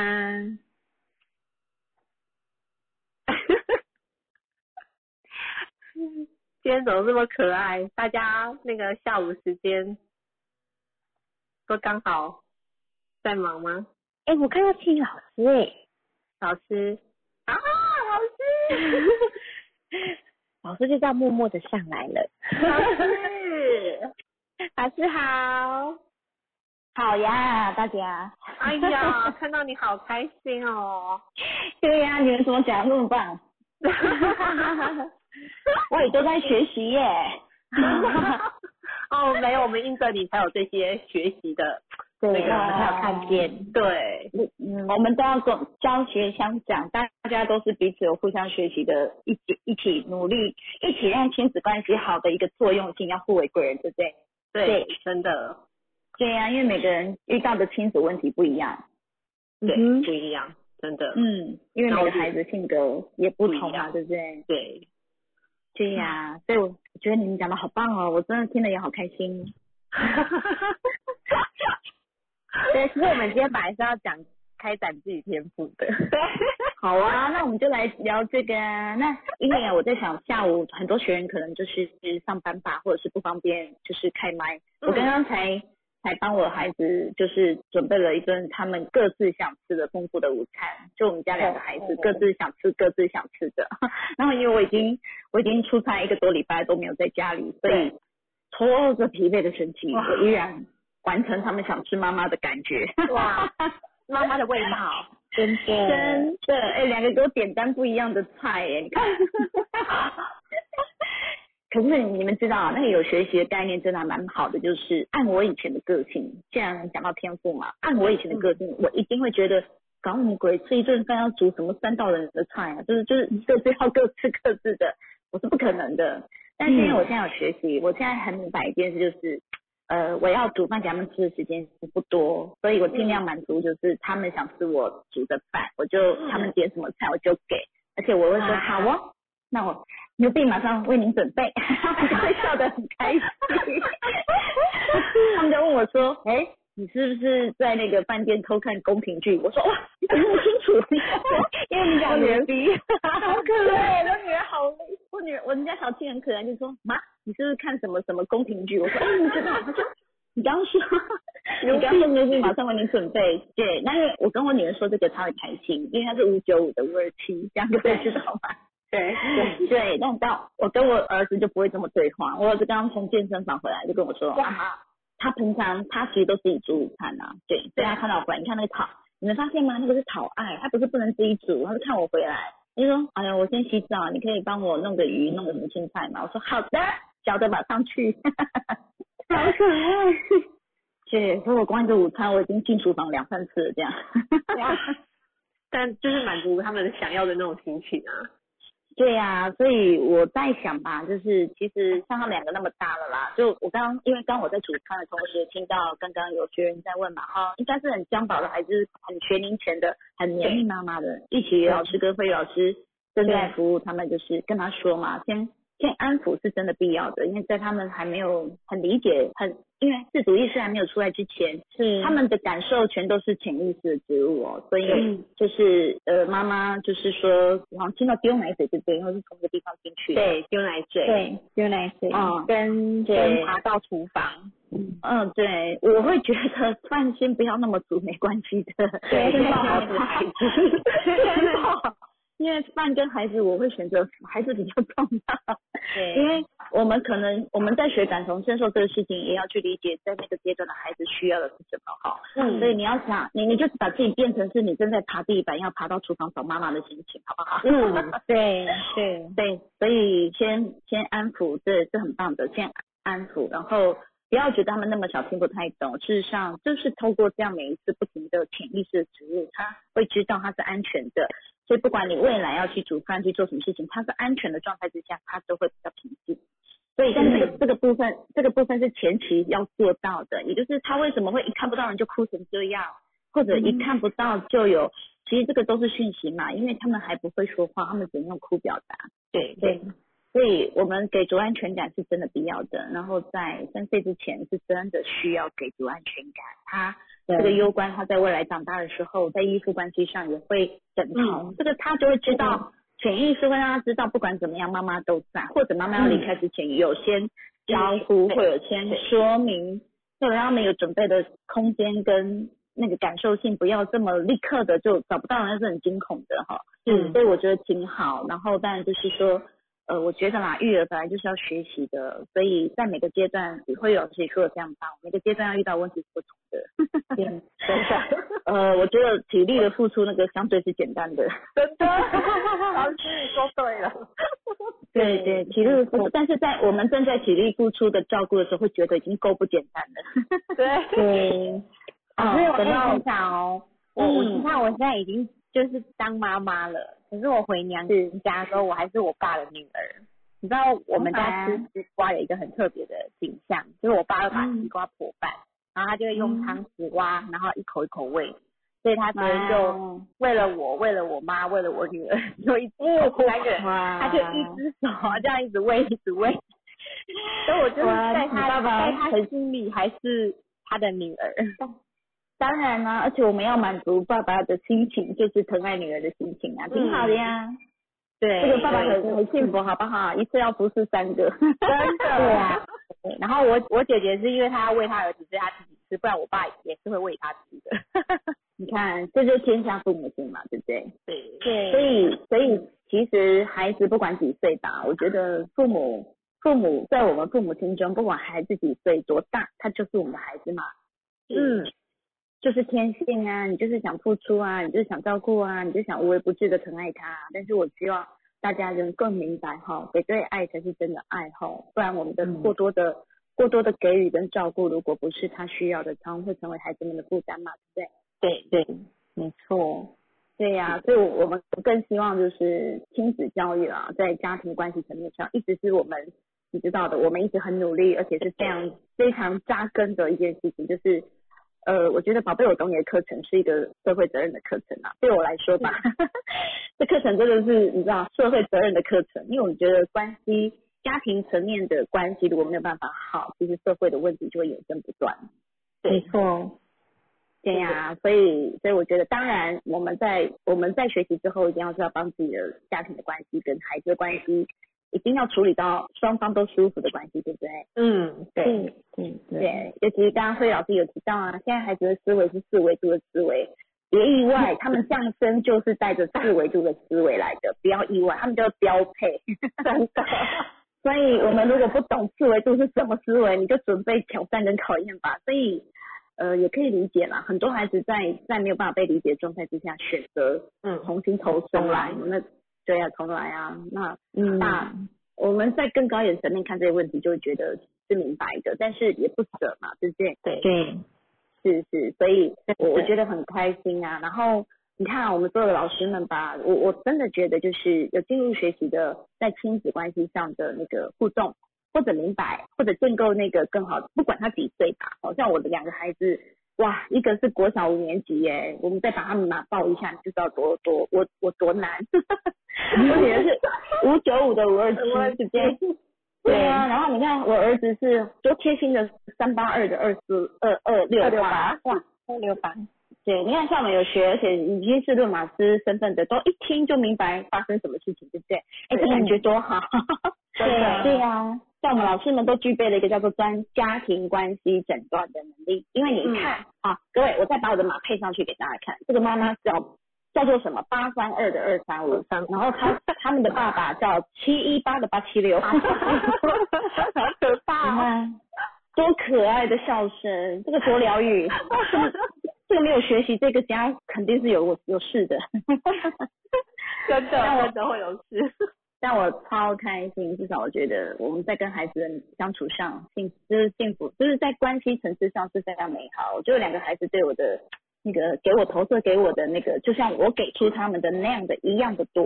S1: 今天怎么这么可爱？大家那个下午时间都刚好在忙吗？
S3: 哎、我看到庆老师哎，
S1: 老师啊， (laughs) 老师，
S3: 老师就这样默默的上
S2: (laughs)
S3: 来了。
S1: 老师，
S3: 老师好，好呀，大家。
S1: 哎呀，看到你好开心哦！
S2: 对呀、你们怎么讲那么棒？我也都在学习耶。
S1: (laughs) 哦，没有，我们应着你才有这些学习的
S3: 对
S1: 那个，
S2: 啊
S3: 我才有看见。
S1: 对，
S2: 嗯，我们都要共教学相长，大家都是彼此有互相学习的，一起一起努力，一起让亲子关系好的一个作用性，要互为贵人，对不对？
S1: 对，
S2: 对
S1: 真的，
S2: 对呀、因为每个人遇到的亲子问题不一样，
S1: 对，
S3: 嗯哼
S1: 不一样，真的，
S2: 嗯，因为每个孩子性格也不同
S1: 不一样
S2: 嘛，对不对？
S1: (laughs) 对，
S2: 对
S3: (laughs)
S2: 呀、所以我我觉得你们讲的好棒哦，我真的听了也好开心。
S3: 对，其实我们今天本来是要讲开展自己天赋的。
S2: 好啊，那我们就来聊这个啊。
S3: 嗯
S2: 那因为啊我在想，下午很多学员可能就是上班吧，或者是不方便，就是开麦。
S1: 嗯
S2: 我刚刚才才帮我孩子就是准备了一顿他们各自想吃的丰富的午餐，就我们家两个
S3: 哦
S2: 孩子各自想吃各自想吃的。 (laughs) 然后因为我已经我已经出差一个多礼拜都没有在家里，所以拖着疲惫的身体，
S1: 哇
S2: 我依然完成他们想吃妈妈的感觉。
S1: 哇，妈妈的味道，
S2: (laughs)
S3: 真的。
S2: 真的，哎、两个给我点单不一样的菜，哎，你看。可是你们知道，那个有学习的概念真的还蛮好的，就是按我以前的个性，既然讲到天赋嘛，按我以前的个性，我一定会觉得搞什么鬼，吃一顿饭要煮什么三道人的菜啊，就是就是各自要各吃各自的，我是不可能的。但是因为我现在有学习，我现在很明白一件事，就是呃，我要煮饭给他们吃的时间不多，所以我尽量满足就是他们想吃我煮的饭，我就他们点什么菜我就给，而且我会说
S1: 哇
S2: 好哦，那我牛逼马上为您准备， (laughs) 他们就会笑得很开心。 (laughs) 他们就问我说，哎、你是不是在那个饭店偷看宫廷剧？我说哇，你怎么那么清楚？ (laughs) 因为你讲牛逼， (laughs) 好可爱，我女儿好，我女儿我们家小七很可爱，就说妈，你是不是看什么什么宫廷剧？我说哎、你知道，她说你刚刚说，你刚刚说牛逼，马上为你准备。对，那因为我跟我女儿说这个，她很开心，因为她是五九五的五二七，这样各位知道吗？
S1: (laughs) 对，
S2: 对对，但到我跟我儿子就不会这么对话。我儿子刚刚从健身房回来就跟我说，啊妈，他平常他其实都自己煮午餐啊，对，所以他看到我回来，你看那个讨，你们发现吗？那个是讨爱，他不是不能自己煮，他是看我回来，他就说，哎呀，我先洗澡，你可以帮我弄个鱼，弄个什么青菜吗？我说好的，小的马上去。 (laughs)
S1: 好可爱，
S2: (laughs)
S1: (laughs)
S2: 对，所以我光一个午餐我已经进厨房两三次了这样。
S1: 哇但就是满足他们想要的那种心情啊。
S2: 对呀、所以我在想吧，就是其实像他们两个那么大了啦，就我刚刚因为刚我在煮汤的同时，听到刚刚有学员在问嘛，哈、应该是很江宝的，还是很学龄前的，很年龄妈妈的，一起老师跟慧宇老师正在服务他们，就是跟他说嘛，先先安抚是真的必要的，因为在他们还没有很理解，很因为自主意识还没有出来之前，
S1: 是
S2: 他们的感受全都是潜意识的植入哦，所以
S1: 嗯
S2: 就是呃，妈妈就是说，好像听到丢奶嘴对不对？因为是从一个地方进去，，
S3: 对，丢奶嘴，
S2: 对，
S3: 丢奶嘴，
S2: 嗯
S3: 跟
S2: 对
S3: 跟爬到厨房，
S2: 嗯，对，我会觉得 (laughs) 饭先不要那么足，没关系的，
S3: 对
S2: (laughs) 先抱好孩子， (laughs) 先抱，因为饭跟孩子我会选择孩子比较重要。因
S3: 对，
S2: 为我们可能我们在学感同身受这个事情，也要去理解在那个阶段的孩子需要的是什么哈。
S1: 嗯
S2: 所以你要想，你你就是把自己变成是你正在爬地板要爬到厨房找妈妈的心情，好不好？ (laughs)
S1: 嗯，
S3: 对对
S2: 对，所以先先安抚，这是很棒的，先安抚，然后不要觉得他们那么小听不太懂，事实上就是透过这样每一次不停的潜意识的植入，他会知道他是安全的，所以不管你未来要去煮饭去做什么事情，他是安全的状态之下，他都会比较平静。所以，但这个这个部分，这个部分是前期要做到的，也就是他为什么会一看不到人就哭成这样，或者一看不到就有，其实这个都是讯息嘛，因为他们还不会说话，他们只能用哭表达。
S3: 对
S2: 对，所以我们给足安全感是真的必要的。然后在三岁之前是真的需要给足安全感，他这个攸关他在未来长大的时候，在依附关系上也会等
S3: 嗯
S2: 同，这个他就会知道，潜意识会让他知道，不管怎么样，妈妈都在，或者妈妈要离开之前有先招呼，
S3: 嗯对
S2: 或者先说明，或者让他们有准备的空间跟那个感受性，不要这么立刻的就找不到人，那是很惊恐的哈。
S1: 嗯
S2: 所以我觉得挺好。然后当然就是说，呃，我觉得啦，育儿本来就是要学习的，所以在每个阶段也会有自己说的这样吧，每个阶段要遇到问题是不同的。 (laughs)
S3: 对，
S2: 呃，我觉得体力的付出那个相对是简单的。
S1: 真的，老师你说对了，
S2: 对对，体力的付出，但是在我们正在体力付出的照顾的时候，会觉得已经够不简单了。 (laughs)
S1: 对，
S3: 对，
S2: 哦
S3: 可是我跟
S2: 等
S3: 你
S2: 到
S3: 分享哦，我我
S2: 嗯
S3: 你看我现在已经就是当妈妈了，可是我回娘家的时候，我还是我爸的女儿。你知道我们家吃
S2: 当
S3: 西瓜有一个很特别的景象，就是我爸会把
S2: 嗯
S3: 西瓜破半，然后他就会用汤匙挖，然后一口一口喂，所以他昨天
S2: 哦
S3: 就为了我，为了我妈，为了我女儿， (laughs) 就一
S2: 哦
S3: 直三个人，
S4: 哇
S3: 他就一只手啊这样一直喂，一直喂。所以我就是
S4: 哇
S3: 在
S4: 你爸
S3: 他
S4: 爸
S3: 在他心里还是他的女儿。
S2: 当然啦、而且我们要满足爸爸的心情，就是疼爱女儿的心情
S3: 嗯
S2: 啊，挺好的呀。
S3: 对，
S2: 这个爸爸
S3: 对
S2: 很很幸福，好不好？一次要服侍三个。
S3: 真的。 (laughs) 对啊。对然后我我姐姐是因为她要喂她儿子，所以她自己吃，不然我爸也是会喂她吃的。 (laughs)
S2: 你看，这就是天下父母心嘛，对不对？
S1: 对，
S3: 对
S2: 所以，所以其实孩子不管几岁吧，我觉得父母父母在我们父母心中，不管孩子几岁多大，他就是我们的孩子嘛。
S3: 嗯，
S2: 就是天性啊，你就是想付出啊，你就是想照顾啊，你就想无微不至的疼爱他啊。但是我希望大家能更明白哈，给对爱才是真的爱哈，不然我们
S3: 嗯
S2: 的过多的、过多的给予跟照顾，如果不是他需要的，常常会成为孩子们的负担嘛，对不对？
S3: 对对，嗯没错。
S2: 对呀、所以我我们更希望就是亲子教育啊，在家庭关系层面上，一直是我们你知道的，我们一直很努力，而且是非常非常扎根的一件事情，就是呃，我觉得宝贝我懂你的课程是一个社会责任的课程啊，对我来说吧，
S3: 嗯
S2: (laughs) 这课程真的是你知道社会责任的课程，因为我觉得关系家庭层面的关系如果没有办法好，其实社会的问题就会衍生不断。
S3: 没错，
S2: 对呀、所以所以我觉得，当然我们在我们在学习之后，一定要知道帮自己的家庭的关系跟孩子的关系，一定要处理到双方都舒服的关系，对不对？
S1: 嗯，
S2: 对
S4: 对对
S2: 对，尤其是刚刚慧老师有提到啊，现在孩子的思维是四维度的思维，别意
S4: (laughs)
S2: 外，他们降生就是带着四维度的思维来的，不要意外，他们就是标
S4: (laughs)
S2: 配，真的。所以我们如果不懂四维度是什么思维，你就准备挑战跟考验吧。所以，呃，也可以理解啦，很多孩子在在没有办法被理解的状态之下，选择
S1: 嗯
S2: 重新投生来，那对啊，重来啊，那
S4: 嗯
S2: 那我们在更高一点层面看这些问题，就会觉得是明白的，但是也不舍嘛，对不对？
S1: 对
S4: 对
S2: 是是，所以我我
S1: 对
S2: 觉得很开心啊。然后你看、啊、我们所有的老师们吧，我我真的觉得就是有进入学习的，在亲子关系上的那个互动，或者明白，或者建构那个更好，不管他几岁吧，好像我的两个孩子，哇，一个是国小五年级耶，我们再把他们拿抱一下，你就知道多多我我多难， (laughs) 我女儿是五九五的五二七之间。对
S1: (laughs)
S2: 啊，然后你看我儿子是多贴心的三八二的二四二二六八，哇，
S3: 二六八，
S2: 对，你看像我们有学，而且已经是论马师身份的，都一听就明白发生什么事情，对不对？哎，这感觉多好， (laughs) 对啊，对啊，像我们老师们都具备了一个叫做专家庭关系诊断的能力，因为你看啊，各位，我再把我的码配上去给大家看，这个妈妈叫叫做什么？八三二的二三五，然后他他们的爸爸叫七一八的八七六， (laughs) 好
S1: 可怕、
S2: 哦！多可爱的笑声，这个多疗 (laughs) 愈。这个这个没有学习，这个家肯定是有有事 (laughs) 的。
S1: 真的，真的会有事。
S2: 但我超开心，至少我觉得我们在跟孩子的相处上，幸就是幸福，就是在关系层次上是非常美好。我觉得两个孩子对我的。那个给我投射给我的那个，就像我给出他们的那样的一样的多，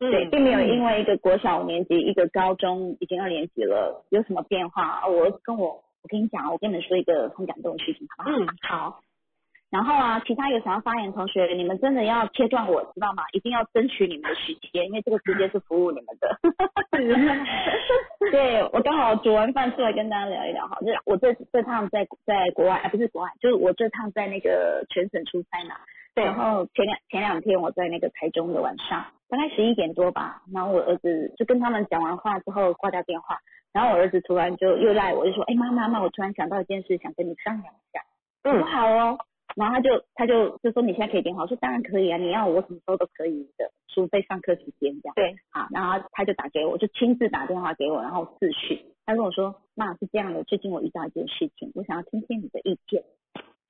S2: 嗯、对，并没有因为一个国小五年级，一个高中已经二年级了，有什么变化？我跟我我跟你讲，我跟你们说一个很感动的事情，好不好？
S1: 嗯，
S2: 好。然后啊，其他有想要发言的同学，你们真的要切断我，知道吗？一定要争取你们的时间，因为这个时间是服务你们的。对，我刚好煮完饭出来跟大家聊一聊哈，就是我这这趟在在国外，啊不是国外，就是我这趟在那个全省出差嘛。
S1: 对
S2: 然后前两前两天我在那个台中的晚上，大概十一点多吧，然后我儿子就跟他们讲完话之后挂掉电话，然后我儿子突然就又赖我，就说，哎妈妈妈，我突然想到一件事，想跟你商量一下。
S1: 嗯
S2: 我说好哦。然后他就他就就说你现在可以点好，我说当然可以啊，你要我什么时候都可以的，除非上课时间这样。
S1: 对，
S2: 啊，然后他就打给我，就亲自打电话给我，然后自讯，他跟我说妈是这样的，最近我遇到一件事情，我想要听听你的意见。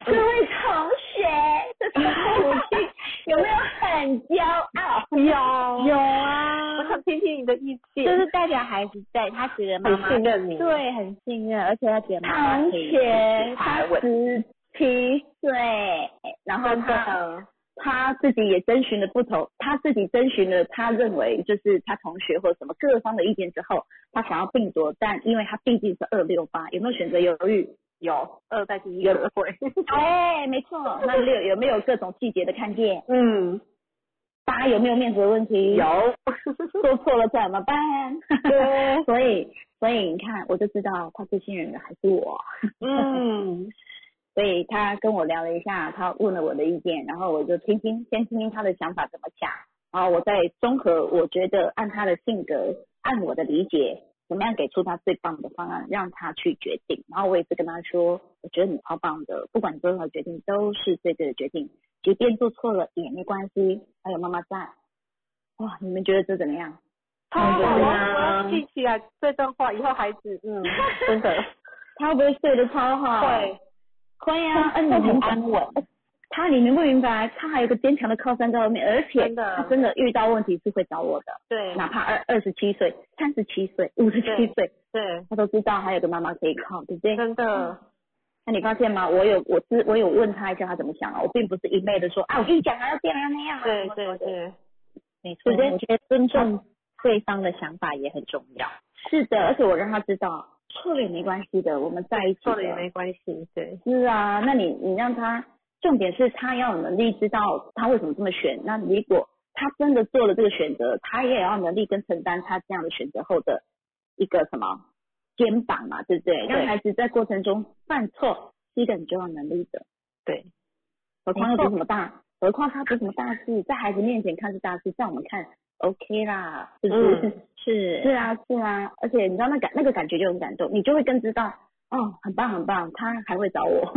S2: 各位同学，这是母亲有没有很骄傲？
S1: 有
S3: 有啊，
S1: 我想听听你的意见。
S3: 就是代表孩子在他觉得妈
S1: 很
S3: 妈
S1: 信任你，
S3: 对很信任，而且他觉得妈妈
S2: 同
S3: 可以
S2: 学，
S3: 他
S2: 他十七岁，然后
S1: 真
S2: 他。
S1: 的，
S2: 他自己也征询了不同，他自己征询了他认为就是他同学或什么各方的意见之后，他想要并夺，但因为他毕竟是二六八，有没有选择犹豫？有，
S1: 二代第一个会，
S2: 哎，没 (laughs) 错。那六有没有各种细节的看见？
S1: 嗯，
S2: 八有没有面子的问题？，
S1: 有，
S2: 做错了怎么 (laughs) 办？
S1: 对，
S2: 所以，所以你看，我就知道他最信任的还是我。
S1: 嗯，
S2: 所以他跟我聊了一下，他问了我的意见，然后我就听听，先听听他的想法怎么想，然后我再综合，我觉得按他的性格，按我的理解，怎么样给出他最棒的方案，让他去决定。然后我也是跟他说，我觉得你超棒的，不管你做任何决定都是最对的决定，即便做错了也没关系，还有妈妈在。哇，你们觉得这怎么样？嗯
S1: 超好啊！我要记起来这段话，以后孩子，嗯，真的 (laughs)
S2: 他会不会睡得超好？
S1: 会，
S2: 会啊，嗯，你很安稳。他你明不明白？他还有个坚强的靠山在外面，而且
S1: 真的
S2: 他真的遇到问题是会找我的，
S1: 对
S2: 哪怕二二十七岁、三十七岁、五十七岁，
S1: 对，
S2: 他都知道还有个妈妈可以靠，对不对？
S1: 真的，
S2: 那你发现吗？我有我知我有问他一下他怎么想啊，我并不是一昧的说啊，我跟你讲啊，要这样要那样啊，
S1: 对
S2: 什么什么
S1: 对
S2: 的。
S1: 对，
S3: 没错，
S2: 我觉得
S3: 我觉得尊重对方的想法也很重要。
S2: 是的，而且我让他知道错了也没关系的，我们在一起
S1: 错了
S2: 的
S1: 也没关系，对，
S2: 是啊，那你你让他，重点是他要有能力知道他为什么这么选。那如果他真的做了这个选择，他也要有能力跟承担他这样的选择后的一个什么肩膀嘛，对不对？让孩子在过程中犯错是一个很重要的能力的。
S1: 对，
S2: 何况又不
S3: 没
S2: 是什么大，何况他不是什么大事，在孩子面前看是大事，在我们看 OK 啦，是不是？
S1: 嗯
S2: (laughs) 是
S3: 是，
S2: 啊，是啊，而且你知道那感那个感觉就很感动，你就会更知道，哦，很棒很棒，他还会找 (laughs) 我。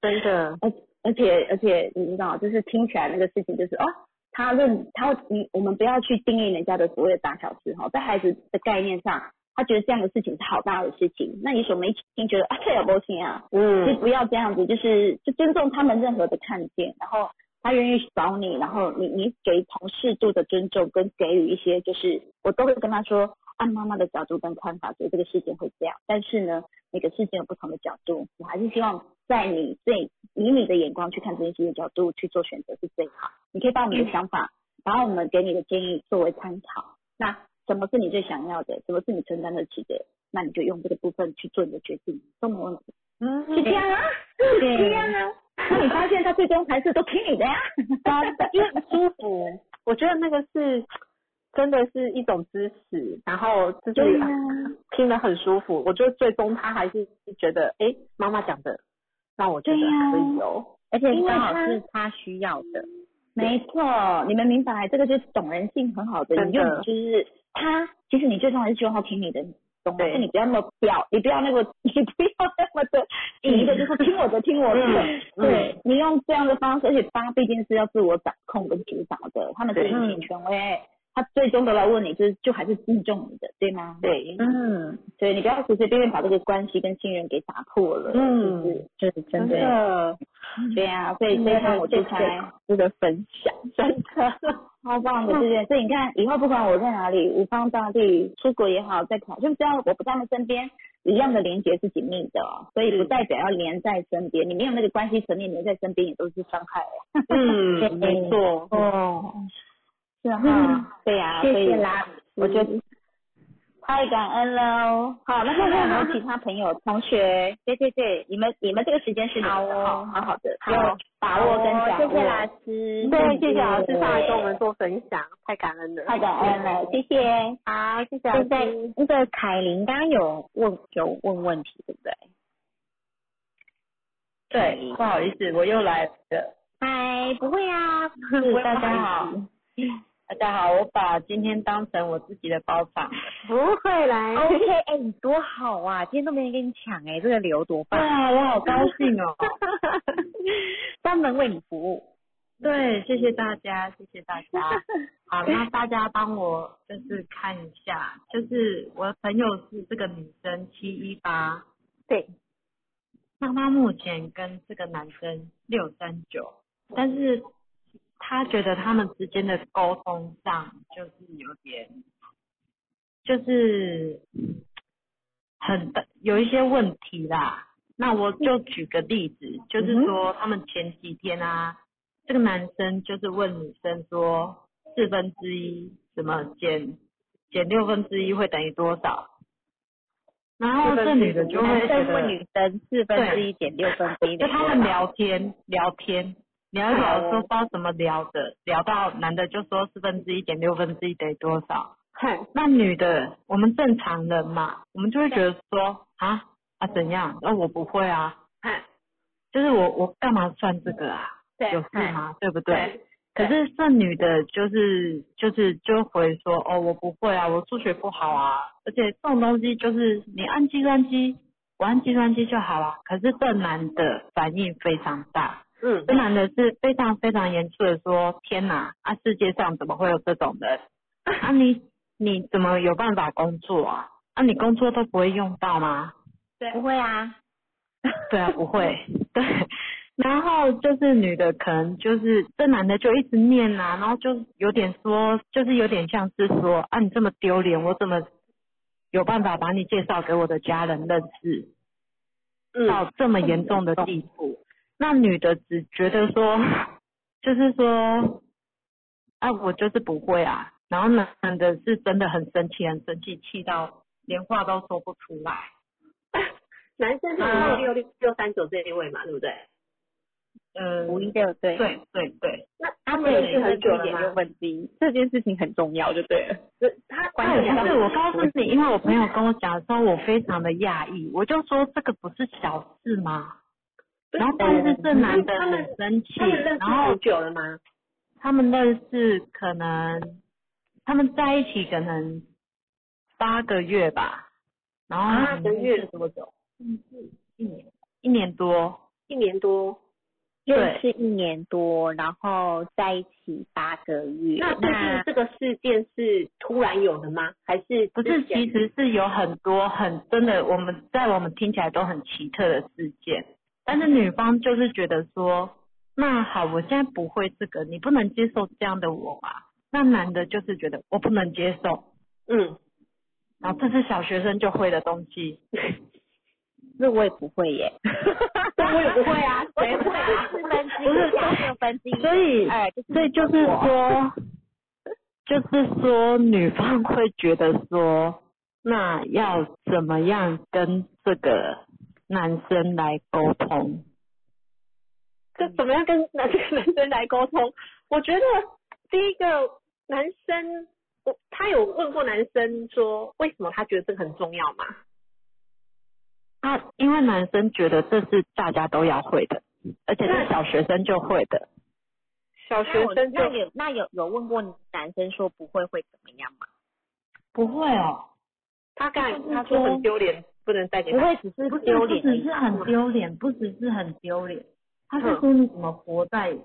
S1: 真的，
S2: 而且而且你知道，就是听起来那个事情就是哦，他认他你我们不要去定义人家的所谓的大小事哈，在孩子的概念上，他觉得这样的事情是好大的事情，那你所没听觉得啊这有不行啊，就
S1: 嗯，
S2: 不要这样子，就是就尊重他们任何的看见，然后他愿意找你，然后你你给同适度的尊重跟给予一些，就是我都会跟他说，按妈妈的角度跟看法，觉得这个事件会这样，但是呢，每个事件有不同的角度，我还是希望在你最以你的眼光去看这件事的角度去做选择是最好。你可以把我们的想法，把我们给你的建议作为参考。那什么是你最想要的？什么是你承担得起的？那你就用这个部分去做你的决定，都没问题。
S5: 嗯，
S2: 是这样啊，是这样啊。那你发现他最终还是都听你的呀、
S1: 因为舒服，我觉得那个是真的是一种支持，然后就是听得很舒服。我觉得最终他还是觉得，哎、妈妈讲的让我觉得
S2: 对呀
S1: 可以哦。
S5: 而且
S2: 因为
S5: 刚好
S2: 他
S5: 是他需要的，
S2: 没错，你们明白，这个就是懂人性很好的
S1: 真
S2: 你
S1: 的
S2: 用就是他，其实你最终还是希望他听你的，懂吗？
S1: 对
S2: 就你不要那么表，你不要那个，你不要那么的，你一个就是听我的，听我的，
S5: 嗯
S2: 对你用这样的方式，而且他毕竟是要自我掌控跟主导的，他们是隐形权威，他最终都来问你，就是就还是敬重你的，对吗？
S1: 对，
S5: 嗯，
S2: 所以你不要随随便便把这个关系跟信任给打破了，
S1: 嗯
S2: 就是
S5: 就是真的
S1: 的，
S2: 对啊，所以
S5: 嗯
S2: 所以看我出
S5: 对
S2: 差。
S5: 值得分享，真的，
S2: (laughs)
S5: 嗯
S2: 超棒的，对不对？所以你看，以后不管我在哪里，五方大地，出国也好，在考，就只要我不在他们身边，一样的连接是紧密的哦、所
S5: 嗯
S2: 以不代表要连在身边，你没有那个关系层面连在身边，也都是伤害哦。
S1: 嗯，没错，
S5: 哦，
S2: 是哈、
S5: 嗯
S2: 对呀、
S5: 谢
S2: 所以
S5: 谢啦，嗯
S2: 我觉得太感恩喽。好，那看看有没有其他朋友、同学，对对对，你们你们这个时间是你们的，
S5: 好哦
S2: 好好好的，
S5: 好
S2: 要把握跟掌握。
S5: 谢谢老师，
S1: 对，谢谢老师上来跟我们做分享，太感恩了。
S2: 太感恩了，谢谢。
S1: (laughs) 好，谢谢老
S5: 嗯现在
S1: 师。
S5: 那个凯琳刚刚有问有问问题，对不对？
S3: 对，不好意思，我又来了。
S5: 嗨，不会啊，
S3: 我
S5: 是
S3: 也
S5: 大
S3: 不好
S5: 家
S3: 意思大家好，我把今天当成我自己的包 (laughs) 场。
S1: 不会来，
S5: OK，哎、你多好啊！今天都没人跟你抢哎、这个流多 (laughs) 棒！
S3: 啊，我好高兴哦。
S5: 专门为你服务。
S3: (laughs) 对，谢谢大家，谢谢大家。好，那大家帮我就是看一下，就是我的朋友是这个女生七一八，
S5: 对，
S3: 那她目前跟这个男生六三九，但是她觉得他们之间的沟通上就是有点，就是很大有一些问题啦。那我就举个例子，就是说他们前几天啊，这个男生就是问女生说四分之一怎么减减六分之一会等于多少，然后这女的就会
S5: 男
S3: 觉
S5: 生
S3: 得
S5: 问女生四分之一减六分之一等
S3: 就
S5: 于
S3: 他
S5: 多少，哦
S3: 们聊天聊天聊一聊，说不知道怎么聊的，聊到男的就说四分之一减六分之一等于多少，
S1: (laughs) 哼
S3: 那女的我们正常人嘛，我们就会觉得说啊啊怎样？那、我不会啊，
S1: 哼，
S3: 就是我我干嘛算这个啊？
S1: 对
S3: 有事吗？对不对？可
S1: 对
S3: 是这女的就是就是就回说哦我不会啊，我数学不好啊，而且这种东西就是你按计算机，我按计算机就好了。可是这男的反应非常大，
S1: 嗯
S3: 这男的是非常非常严肃的说天哪啊世界上怎么会有这种人？啊你你怎么有办法工作啊？啊你工作都不会用到吗？
S5: 不会啊，
S3: 对啊，不会，对。然后就是女的，可能就是这男的就一直念啊，然后就有点说，就是有点像是说啊，你这么丢脸，我怎么有办法把你介绍给我的家人认识？
S1: 嗯，
S3: 到这么严重的地步。那女的只觉得说， (laughs) 就是说，啊，我就是不会啊。然后男的是真的很生气，很生气，气到连话都说不出来。
S1: 男生就是
S3: 啊
S1: 六六六六三九这一位嘛，对不对？
S3: 嗯，
S5: 五一六对。
S3: 对对对，
S1: 那他
S5: 这
S1: 们
S5: 个
S1: 认识
S5: 是
S1: 很
S5: 很
S1: 久
S5: 久
S1: 了
S5: 点
S1: 吗
S5: 六？分之一，这件事情很重要，就对了。
S1: 这他关
S3: 对，
S1: 系
S3: 不是，我告诉
S1: 你，
S3: 你，因为我朋友跟我讲的时候，我非常的讶异，我就说这个不是小事吗？然后但是这男的
S1: 他们
S3: 很生气
S1: 嗯他们认，识
S3: 然后
S1: 很久了吗？
S3: 他们认识可能他们在一起可能八个月吧，然后
S1: 八个月
S3: 多久？嗯，一年，一年多。
S1: 一年多，
S3: 对
S5: 认识一年多，然后在一起八个月。
S1: 那最近这个事件是突然有的吗？还是
S3: 不
S1: 之
S3: 是，
S1: 前
S3: 其实是有很多很真的，我们在我们听起来都很奇特的事件，但是女方就是觉得说，那好，我现在不会这个，你不能接受这样的我啊。那男的就是觉得我不能接受，
S1: 嗯，
S3: 然后这是小学生就会的东西。
S2: 那我也不会 (laughs) 耶，
S1: 那我也不会啊，
S2: 我
S1: 谁
S2: 也不
S1: 会
S2: 会
S1: 啊？
S2: 四分之
S3: 不是
S2: 一加六分之一，
S3: 所以，
S2: 哎，就是
S3: 所以就是说， (laughs) 就是说，女方会觉得说，那要怎么样跟这个男生来沟通？
S1: 这怎么样跟男这个男生来沟通？我觉得第一个男生，我他有问过男生说，为什么他觉得这个很重要吗？
S3: 他因为男生觉得这是大家都要会的，而且是小学生就会的。
S1: 小学
S2: 那我
S1: 生就
S2: 那有那有有问过男生说不会会怎么样吗？
S3: 不会哦，
S1: 他干，他说很丢脸，不能再给
S2: 不
S1: 他。
S2: 会只是丢脸而已，
S3: 很丢脸，不只是很丢脸，他
S1: 是
S3: 说你怎么活在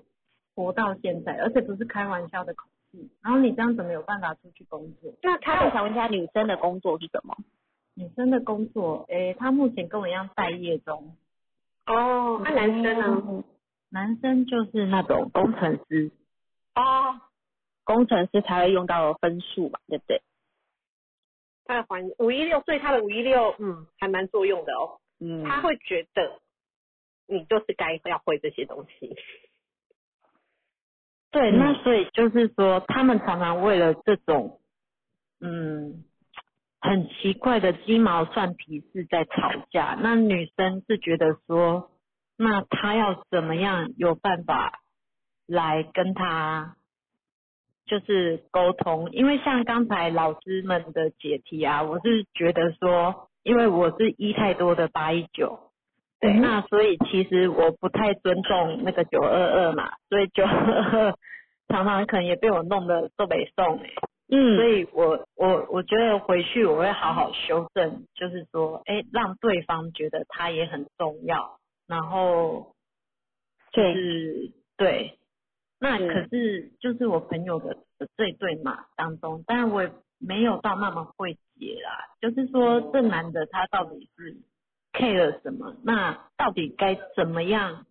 S3: 活到现在，而且不是开玩笑的口气，然后你这样怎么有办法出去工作？
S2: 那他我想问一下，女生的工作是什么？
S3: 女生的工作，诶、她目前跟我一样待业中。
S1: 哦，那、男生呢？
S3: 男生就是那种工程师，
S1: 哦，
S2: 工程师才会用到分数嘛，对不对？
S1: 他的环五一六，所以他的五一六，嗯，还蛮作用的哦。
S2: 嗯
S1: 他会觉得你就是该要会这些东西。
S3: 对，
S2: 嗯
S3: 那所以就是说，他们常常为了这种，嗯，很奇怪的鸡毛蒜皮事在吵架。那女生是觉得说，那她要怎么样有办法来跟他就是沟通？因为像刚才老师们的解题啊，我是觉得说，因为我是一太多的八一九，对，那所以其实我不太尊重那个九二二嘛，所以九二二常常可能也被我弄得都北送哎、所
S2: 嗯，
S3: 以我我我觉得回去我会好好修正，就是说，哎、让对方觉得他也很重要，然后就
S2: 对
S3: 是对，那
S2: 嗯
S3: 可是就是我朋友的的这一对嘛当中，但然我也没有到那么会解啦，就是说这男的他到底是 care 什么，那到底该怎么样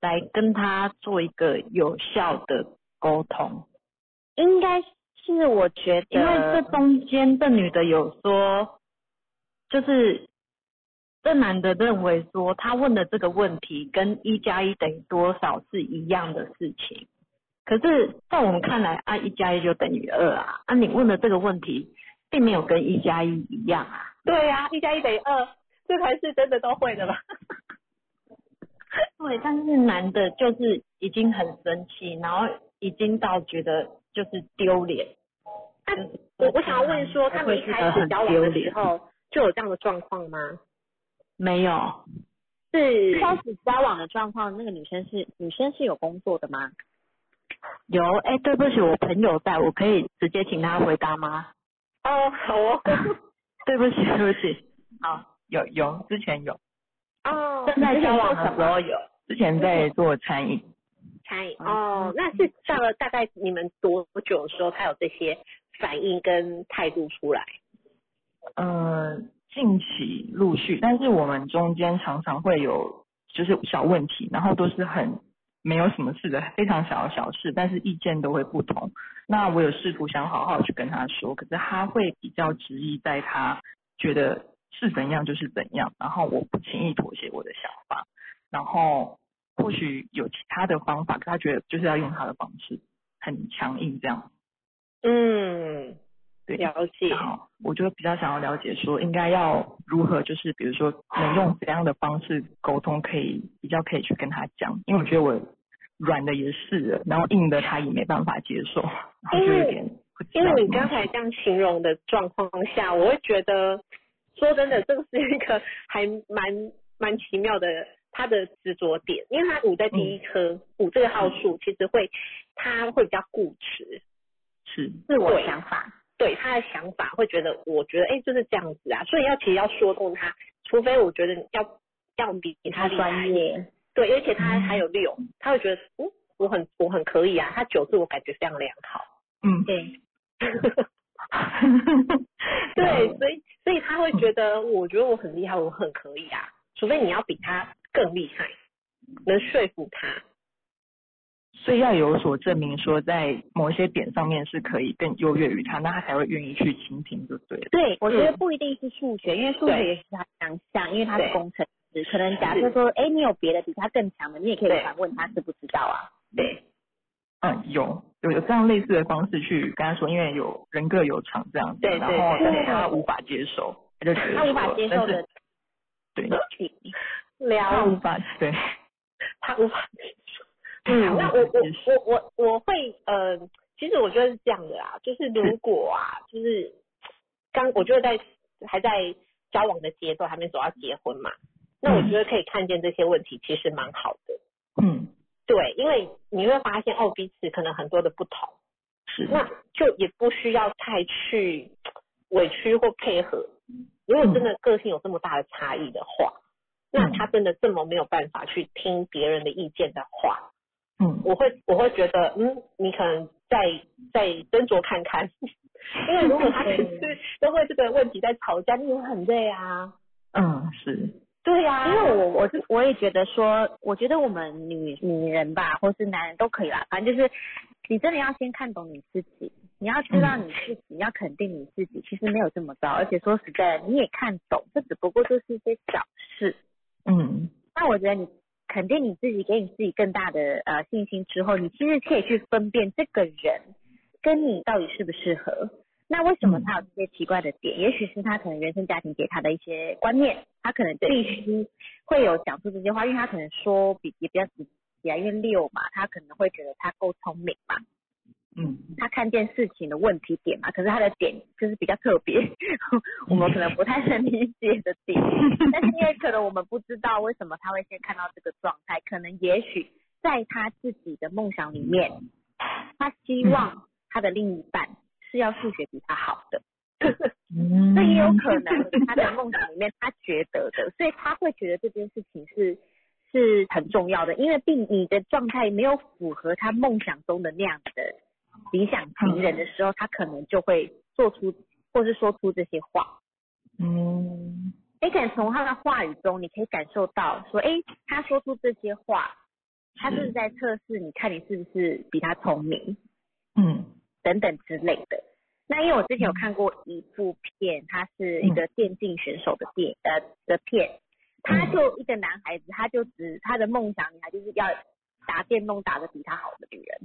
S3: 来跟他做一个有效的沟通？
S2: 应该是我觉得，
S3: 因为这中间这女的有说，就是这男的认为说他问的这个问题跟一加一等于多少是一样的事情，可是在我们看来啊，一加一就等于二啊，啊你问的这个问题并没有跟一加一一样啊，
S1: 对呀、一加一等于二，这才是真的都会的吧？
S3: (laughs) 对，但是男的就是已经很生气，然后已经到觉得就是丢脸。
S1: 那我我想要问说，他们一开始交往的时候就有这样的状况吗？
S3: 没有，
S2: 是开始交往的状况，那个女生是女生是有工作的吗？
S3: 有哎、对不起，我朋友在，我可以直接请他回
S1: (laughs)
S3: 答吗？
S1: 哦，好哦，
S3: (laughs) 对不起，对不起，
S6: 好，有有，之前有，
S1: 哦，
S3: 正在交往的时候有，
S6: 之前在做餐饮，
S1: 才哦，那是到了大概你们多久的时候，他有这些反应跟态度出来？
S6: 呃，近期陆续，但是我们中间常常会有就是小问题，然后都是很没有什么事的，非常小的小事，但是意见都会不同。那我有试图想好好去跟他说，可是他会比较执意在他觉得是怎样就是怎样，然后我不轻易妥协我的想法，然后或许有其他的方法，可他觉得就是要用他的方式，很强硬这样。
S1: 嗯，
S6: 对，
S1: 了解。
S6: 好，我就比较想要了解说，应该要如何，就是比如说能用怎样的方式沟通，可以比较可以去跟他讲，因为我觉得我软的也是了，然后硬的他也没办法接受，然后就有点不知道
S1: 因为
S6: 怎
S1: 你
S6: 么
S1: 刚才这样形容的状况下，我会觉得，说真的，这个是一个还蛮蛮奇妙的他的执着点，因为他五在第
S2: 嗯
S1: 一颗五、这个号数，其实会他会比较固执，
S6: 是
S2: 是我
S1: 对
S2: 想法，
S1: 对他的想法会觉得，我觉得哎、就是这样子啊，所以要其实要说动他，除非我觉得要要比
S2: 他
S1: 他厉害
S2: 专，业，嗯
S1: 对，而且他还有六，他会觉得嗯我很我很可以啊，他九是我感觉非常良好。 (laughs)
S6: 嗯，
S2: 对，
S1: 对，所以所以他会觉得，我觉得我很厉害，我很可以啊。除非你要比他更厉害，能说服他。
S6: 所以要有所证明，说在某一些点上面是可以更优越于他，那他才会愿意去倾听，就对了。
S2: 对，我觉得不一定是数学，因为数学也是他强项，因为他是工程师，可能假设说，哎，你有别的比他更强的，你也可以反问他知不知道啊？
S7: 对，
S6: 嗯，有有有这样类似的方式去跟他说，因为有人各有长这样子，
S7: 对对
S6: 然
S7: 对
S6: 后但是
S2: 对
S6: 他无法接受，他就觉得
S2: 他无法
S6: 说
S2: 接
S6: 但
S2: 受
S6: 是
S2: 的
S6: 对，
S2: 题，
S6: 他
S1: 了
S6: 无法对，
S1: 他无法
S6: 他
S1: 嗯，
S6: 无
S1: 那
S6: 法
S1: 我
S6: 接受
S1: 我我我我会呃，其实我觉得是这样的啦，就是如果啊，就是刚我觉得在还在交往的阶段，还没走到结婚嘛，那我觉得可以看见这些问题，其实蛮好的。
S6: 嗯，
S1: 对，因为你会发现哦，彼此可能很多的不同，
S6: 是
S1: 那就也不需要太去委屈或配合。如果真的个性有这么大的差异的话，那他真的这么没有办法去听别人的意见的话，
S6: 嗯
S1: 我会我会觉得，嗯，你可能再再斟酌看看， (laughs) 因为如果他只是都为这个问题在吵架，你会很累啊。
S6: 嗯是，
S1: 对啊呀、
S2: 因为我我是我也觉得说，我觉得我们女女人吧，或是男人都可以啦，反正就是你真的要先看懂你自己，你要知道你自己，你要肯定你自己，其实没有这么糟，而且说实在的，你也看懂，这只不过就是一些小事。
S6: 嗯
S2: 那我觉得你肯定你自己，给你自己更大的呃信心之后，你其实可以去分辨这个人跟你到底适不适合。那为什么他有这些奇怪的点？也许是他可能原生家庭给他的一些观念，他可能必须会有讲出这些话，因为他可能说比也比较直接啊，因为六嘛，他可能会觉得他够聪明嘛，
S6: 嗯
S2: 他看见事情的问题点嘛，可是他的点就是比较特别， (laughs) 我们可能不太能理解的点，但是因为可能我们不知道为什么他会先看到这个状态，可能也许在他自己的梦想里面，他希望他的另一半是要数学比他好的，
S6: 嗯，
S2: 这也有
S6: (laughs)
S2: 可能他的梦想里面他觉得的，所以他会觉得这件事情是是很重要的，因为并你的状态没有符合他梦想中的那样的理想情人的时候，他可能就会做出或是说出这些话。
S6: 嗯
S2: 你可能从他的话语中，你可以感受到说，诶，他说出这些话，他就是在测试你看你是不是比他聪明。
S6: 嗯
S2: 等等之类的。那因为我之前有看过一部片，它是一个电竞选手的电、呃的片，他就一个男孩子，他就只他的梦想女孩就是要打电动打得比他好的女人。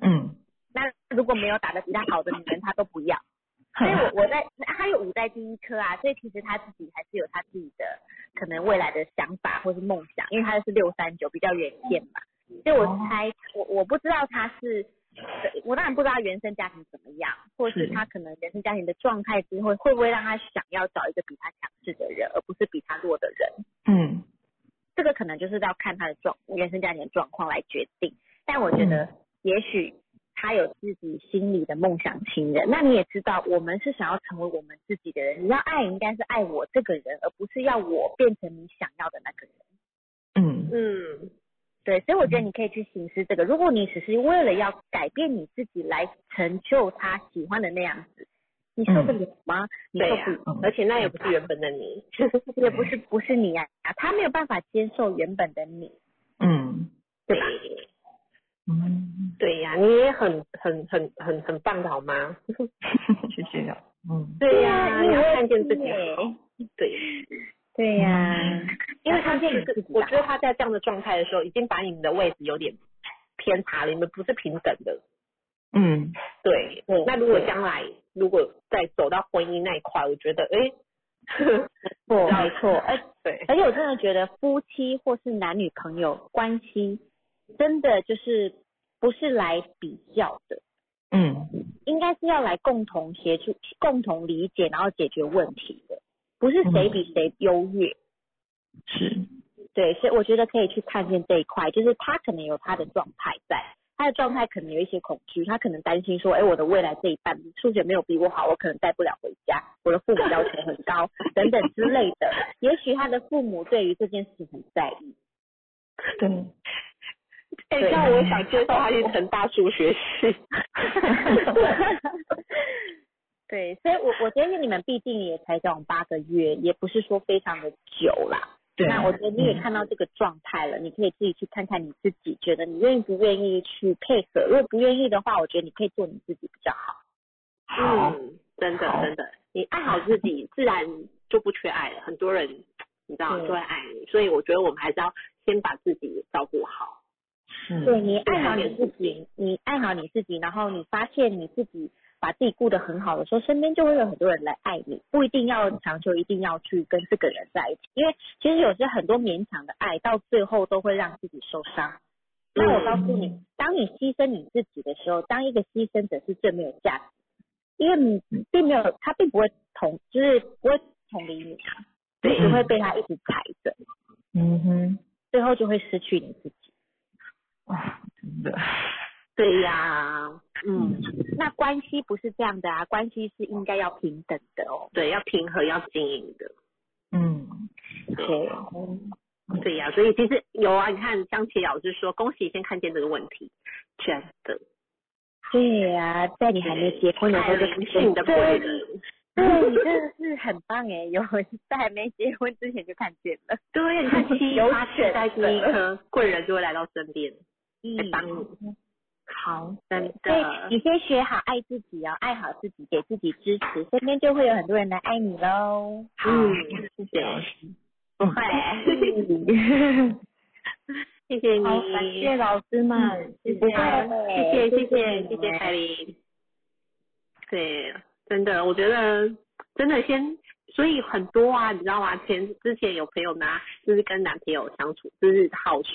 S6: 嗯，
S2: 那如果没有打得比他好的女人，他都不要。所以
S6: 哼
S2: 我我在他有五代第一科啊，所以其实他自己还是有他自己的可能未来的想法或是梦想，因为他是六三九比较远见嘛，所以我猜我我不知道他是，我当然不知道他原生家庭怎么样，或是
S6: 是
S2: 他可能原生家庭的状态之后会不会让他想要找一个比他强势的人，而不是比他弱的人。
S6: 嗯
S2: 这个可能就是要看他的状原生家庭的状况来决定。但我觉得，也许他有自己心里的梦想情人。那你也知道，我们是想要成为我们自己的人。你要爱，应该是爱我这个人，而不是要我变成你想要的那个人。
S6: 嗯
S1: 嗯，
S2: 对，所以我觉得你可以去行思这个。如果你只是为了要改变你自己来成就他喜欢的那样子，你受得了吗？你受
S1: 对
S2: 不
S1: 呀、
S2: 了。
S1: 而且那也不是原本的你。
S2: 也不是不是你啊，他没有办法接受原本的你，
S6: 嗯
S2: 对
S1: 啊
S2: 吧？
S6: 嗯，
S1: (laughs) 对呀、你也很很很很很棒的好吗？
S6: 谢谢啊，嗯
S1: 对呀、
S2: 因
S1: 你
S2: 为
S1: 要看见自己
S2: 耶
S1: 好。对，
S2: 对
S3: 嗯
S2: 呀、
S1: 因为哎他
S2: 看
S1: 这
S2: 见你
S1: 个
S2: 自己，
S1: 我
S2: 吧
S1: 觉得他在这样的状态的时候，已经把你们的位置有点偏差了，你们不是平等的。
S6: 嗯
S1: 对，那如果将来如果再走到婚姻那一块，我觉得，哎、
S2: 没错没错，而
S1: 对，
S2: 而且我真的觉得夫妻或是男女朋友关系，真的就是不是来比较的，
S6: 嗯
S2: 应该是要来共同协助、共同理解，然后解决问题的，不是谁比谁优越。
S6: 是，
S2: 对，所以我觉得可以去看见这一块，就是他可能有他的状态在，他的状态可能有一些恐惧，他可能担心说，哎，我的未来这一半数学没有比我好，我可能带不了回家，我的父母要求很高等等之类的。也许他的父母对于这件事情很在意， (laughs)
S6: 对，
S1: 哎、
S2: 对
S1: 这样我想介绍他去成大数学系。
S2: 对，所以我我觉得因为你们毕竟也才交往八个月，也不是说非常的久啦，
S6: 对，
S2: 那我觉得你
S3: 嗯
S2: 也看到这个状态了，你可以自己去看看你自己，觉得你愿意不愿意去配合。如果不愿意的话，我觉得你可以做你自己比较好。
S6: 好，
S1: 嗯，真的
S6: 好
S1: 真的，你爱好自己，自然就不缺爱了。很多人你知道
S2: 对
S1: 就会爱你，所以我觉得我们还是要先把自己照顾好。
S6: 是
S2: 对你嗯爱好
S1: 对
S2: 你自己，你爱好你自己，然后你发现你自己把自己顾得很好的时候，身边就会有很多人来爱你，不一定要强求一定要去跟这个人在一起，因为其实有些很多勉强的爱，到最后都会让自己受伤。那我告诉你，当你牺牲你自己的时候，当一个牺牲者是最没有价值的，因为你并没有，他并不会同，就是不会同理你，啊你只会被他一直踩着，
S6: 嗯哼，
S2: 最后就会失去你自己。
S6: 啊，真的，
S2: 对呀、嗯，那关系不是这样的啊，关系是应该要平等的哦。
S1: 对，要平和，要经营的。
S6: 嗯，
S2: 对，
S1: 对呀、所以其实有啊，你看香琪老师说，恭喜先看见这个问题，真的，
S2: 对呀、在啊你还没结婚的时
S1: 太
S2: 候就
S1: 灵性的贵
S2: 对，
S1: 人。
S2: 对你真的是很棒哎，有在还没结婚之前就看见了。
S1: 对，你
S2: (laughs)
S1: 看七
S2: 有
S1: 八
S2: 选
S1: 次在第一颗，贵人就会来到身边，来帮
S2: 嗯，
S1: 你。好，真
S2: 所
S1: 的
S2: 以，你先学好爱自己哦，爱好自己，给自己支持，身边就会有很多人来爱你喽。
S1: 嗯，谢
S6: (laughs)
S1: 谢老师，不
S2: (laughs)
S1: 会，谢谢
S3: 好，感
S1: 你，
S3: 谢老师们，
S2: 嗯
S3: 谢谢。
S1: 谢谢谢谢谢谢凯琳。对，真的，我觉得真的先，所以很多啊，你知道吗？前之前有朋友拿，就是跟男朋友相处，就是好处，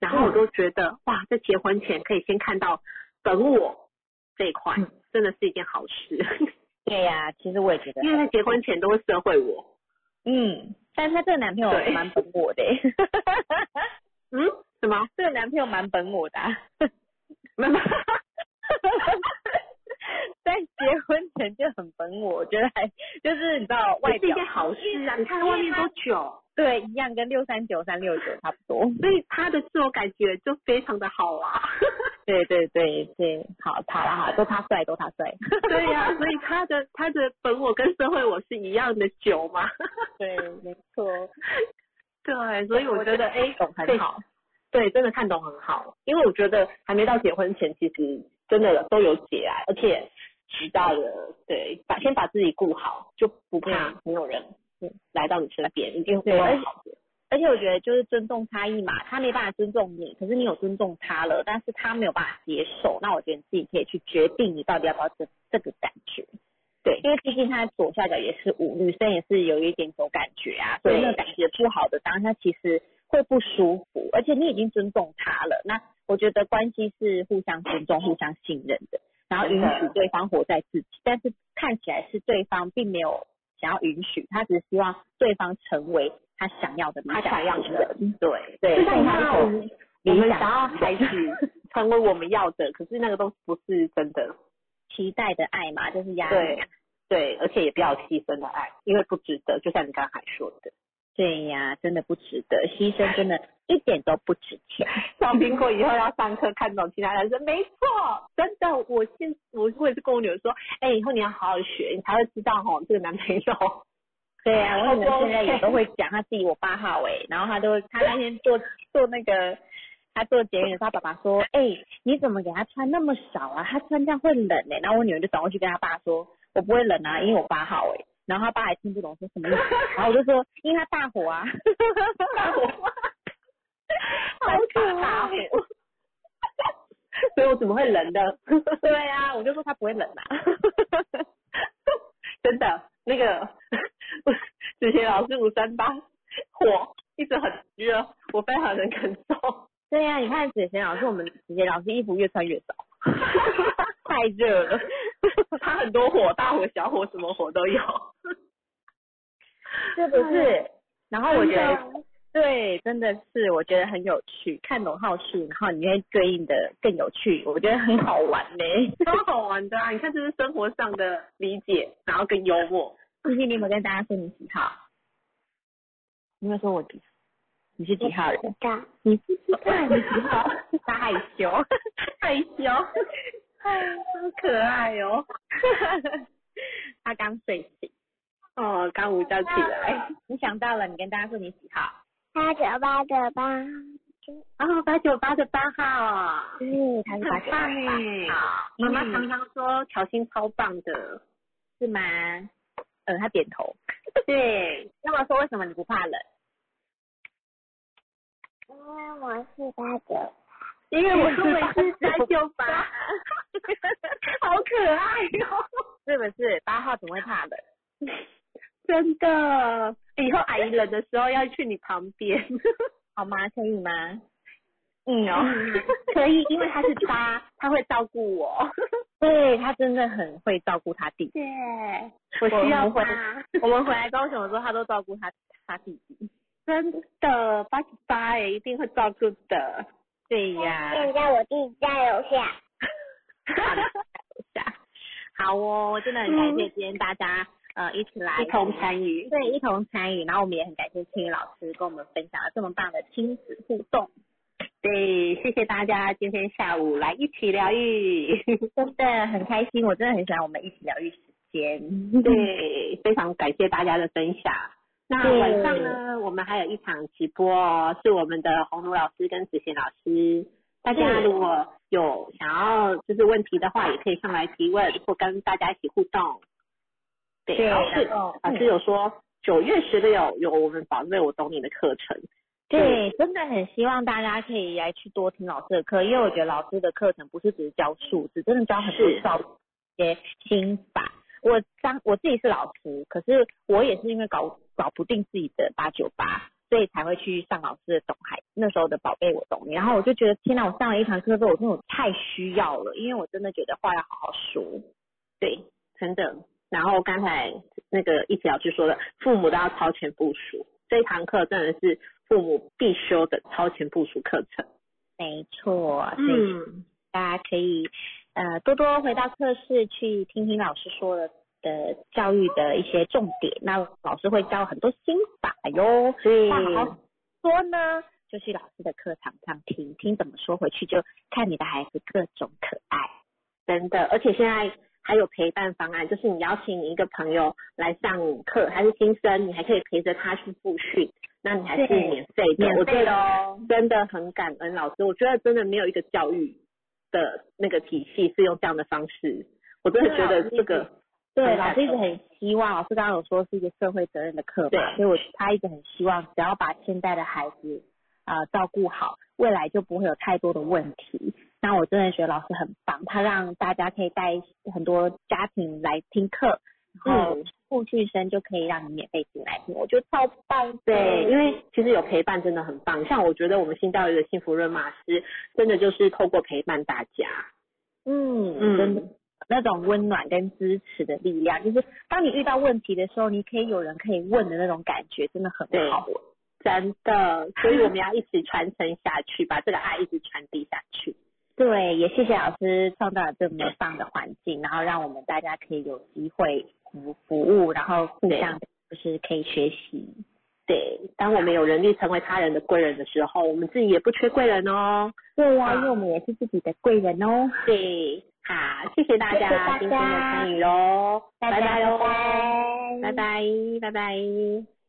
S1: 然后我都觉得、哇，在结婚前可以先看到本我这一块，真的是一件好 (laughs) 事，
S2: 对哎呀、其实我也觉得，
S1: 因为在结婚前都会社会我，
S2: 嗯，但是她这个男朋友
S1: 对
S2: 蛮本我的 (laughs) 欸，
S1: 嗯，什么？
S2: 这个男朋友蛮本我的、啊。 (laughs)
S1: 没 (laughs) 有没有
S2: 在结婚前就很本我，我觉得还就是你知道外
S1: 也是一
S2: 表
S1: 件好事啊！你看外面多久，
S2: 对一样，跟六三九三六九差不多。
S1: 所以他的自我感觉就非常的好啊。
S2: 对对对对，好，好啦好，都他帅，都他帅。
S1: (laughs) 对呀、所以他的他的本我跟社会我是一样的久嘛。
S2: 对，没错。
S1: (laughs) 对，所以我觉得哎，
S2: 懂很好。
S1: 对，真的看懂很好，因为我觉得还没到结婚前，其实真的都有解啊，而且知道了，对，把先把自己顾好，就不怕没有人嗯
S2: 对
S1: 来到你身边，一定会
S2: 对而且
S1: 好的。
S2: 而且我觉得就是尊重差异嘛，他没办法尊重你，可是你有尊重他了，但是他没有办法接受，那我觉得你自己可以去决定你到底要不要这这个感觉。
S1: 对
S2: 因为毕竟他左下角也是五，女生也是有一点有感觉啊，所以
S1: 对
S2: 那个感觉不好的当下其实会不舒服，而且你已经尊重他了，那我觉得关系是互相尊重、互相信任的，然后允许对方活在自己，但是看起来是对方并没有想要允许，他只是希望对方成为他想要的理
S1: 他
S2: 想
S1: 想要
S2: 中人
S1: 的，对
S2: 对
S1: 就像你
S2: 所以他
S1: 看
S2: 是
S1: 啊，
S2: 走
S1: 我们我们
S2: 理想
S1: 想要
S2: 中
S1: 孩子 (laughs) 成为我们要的，可是那个都不是真的。
S2: 期待的爱嘛，就是压力
S1: 对。对，而且也不要牺牲的爱，因为不值得。就像你刚才说的，
S2: 对呀、真的不值得，牺牲真的一点都不值钱。
S1: 小苹果以后要上课看懂其他人说，没错，真的，我现我我也是跟我女儿说，哎，以后你要好好学，你才会知道哦，这个男朋友。 (laughs)
S2: 对呀、我女儿现在
S1: OK
S2: 也都会讲她自己我八号哎、然后她都会她那天做做那个她做节目，她爸爸说，哎、你怎么给她穿那么少啊？她穿这样会冷哎、然后我女儿就转过去跟她爸说，我不会冷啊，因为我八号哎、然后她爸还听不懂说什么意思，然后我就说，因为她大火啊，大火， (laughs) 好可
S1: 大
S2: 怕
S1: 火。所以我怎么会冷呢？ (laughs)
S2: 对啊，我就说她不会冷啊。
S1: 真的，那个 (laughs) 子贤老师五三八火一直很热，我非常能感受。
S2: 对啊呀、你看子贤老师，我们子贤老师衣服越穿越 (laughs) 少，太热了。
S1: 他很多火，大火、小火，什么火都有。
S2: 是不是？然后我觉
S8: 啊
S2: 得，对，真的是，我觉得很有趣，看懂好事，然后你会对应的更有趣，我觉得很好玩呢、
S8: (laughs)
S1: (laughs) 超好玩的啊！你看，这是生活上的理解，然后跟幽默。
S2: 最近你有没有跟大家说你几号？
S1: (laughs)
S2: 你有没有说我几？你是几号人？你不知道你几号？ (laughs) 他害羞，害羞，
S1: 哎好可爱哦！
S2: 他刚睡醒。
S1: 哦，刚午觉起来。
S2: 你想到了，你跟大家说你几号？
S8: 八九八的八，
S1: 哦，八九八的八号，
S8: 嗯
S2: 对，他是八
S1: 很
S2: 九八
S1: 棒
S2: (laughs)
S1: 哎！妈妈常常说乔欣超棒的，是吗？呃
S2: 嗯，他点头。
S1: 对，那么说为什么你不怕冷？
S8: 因为我是八九。
S1: 因为我根本是三九八， (laughs) 好可爱哦哟、
S2: 是不是八号怎么会怕冷？
S1: 真的。以后阿姨冷的时候要去你旁边，
S2: 好吗？可以吗？
S1: 嗯哦， (laughs)
S2: (laughs)
S1: 可以，因为她是 (laughs) 八，她会照顾我，
S2: 对他真的很会照顾他弟弟。
S1: 对，我需要
S2: 我们会
S1: 她，
S2: (laughs) 我们回来高雄的时候，他都照顾他他弟弟。
S1: 真的八九八哎，一定会照顾的。
S2: 对呀、
S1: 哦
S8: 现在我弟在楼下。
S2: (laughs) 好哦，真的很感谢今天大家、呃一起来
S1: 一同参与，
S2: 对一同参与，然后我们也很感谢青云老师跟我们分享了这么棒的亲子互动。
S1: 对，谢谢大家今天下午来一起疗愈，
S2: 真的很开心，我真的很喜欢我们一起疗愈时间。
S1: 对，非常感谢大家的分享。那
S2: 对
S1: 晚上呢，我们还有一场直播哦，是我们的红茹老师跟子贤老师。大家
S2: 对
S1: 如果有想要就是问题的话，也可以上来提问，或跟大家一起互动。对，
S2: 对
S1: 老师
S2: 然后
S1: 老师有说九月十六有我们宝贝我懂你的课程，
S2: 对，真的很希望大家可以来去多听老师的课，因为我觉得老师的课程不是只是教数字，真的教很多
S1: 是
S2: 教一些心法。我当我自己是老师，可是我也是因为搞搞不定自己的八九八，所以才会去上老师的懂海那时候的宝贝我懂你。然后我就觉得天哪，我上了一堂课之后，我真的太需要了，因为我真的觉得话要好好说。
S1: 对，真的。然后刚才那个一起老师说的，父母都要超前部署，这一堂课真的是父母必修的超前部署课程。
S2: 没错，所以
S1: 嗯
S2: 大家可以呃多多回到课室去听听老师说的的教育的一些重点。那老师会教很多心法哟。
S1: 对
S2: 那好好说呢，就去老师的课堂上听听怎么说，回去就看你的孩子各种可爱。
S1: 真的。而且现在还有陪伴方案，就是你邀请你一个朋友来上课，还是新生，你还可以陪着他去复训，那你还是
S2: 对
S1: 免费的。哦我觉得真的很感恩老师，我觉得真的没有一个教育的那个体系是用这样的方式，我真的觉得这个。
S2: 对，
S1: 很
S2: 老
S1: 感
S2: 师一直
S1: 动
S2: 很希望，老师刚刚有说是一个社会责任的课嘛，
S1: 对
S2: 所以我他一直很希望，只要把现在的孩子啊、呃照顾好，未来就不会有太多的问题。那我真的觉得老师很棒，他让大家可以带很多家庭来听课，然后
S1: 嗯
S2: 后续生就可以让你免费进来听，我觉得超棒的。
S1: 对，因为其实有陪伴真的很棒。像我觉得我们新教育的幸福润马师，真的就是透过陪伴大家，
S2: 嗯，真的那种温暖跟支持的力量，就是当你遇到问题的时候，你可以有人可以问的那种感觉，真的很
S1: 对
S2: 好。
S1: 真的，所以我们要一起传承下去，把这个爱一直传递下去。
S2: 对，也谢谢老师创造了这么棒的环境，然后让我们大家可以有机会服服务，然后互相就是可以学习。
S1: 对，当我们有能力成为他人的贵人的时候，我们自己也不缺贵人哦。
S2: 对呀、因为我们也是自己的贵人哦。
S1: 对，好，谢谢大
S2: 谢谢
S1: 家
S2: 大
S1: 今天的
S2: 家
S1: 参与喽，拜
S2: 拜哦
S1: 拜
S2: 拜
S1: 喽，拜拜，拜拜。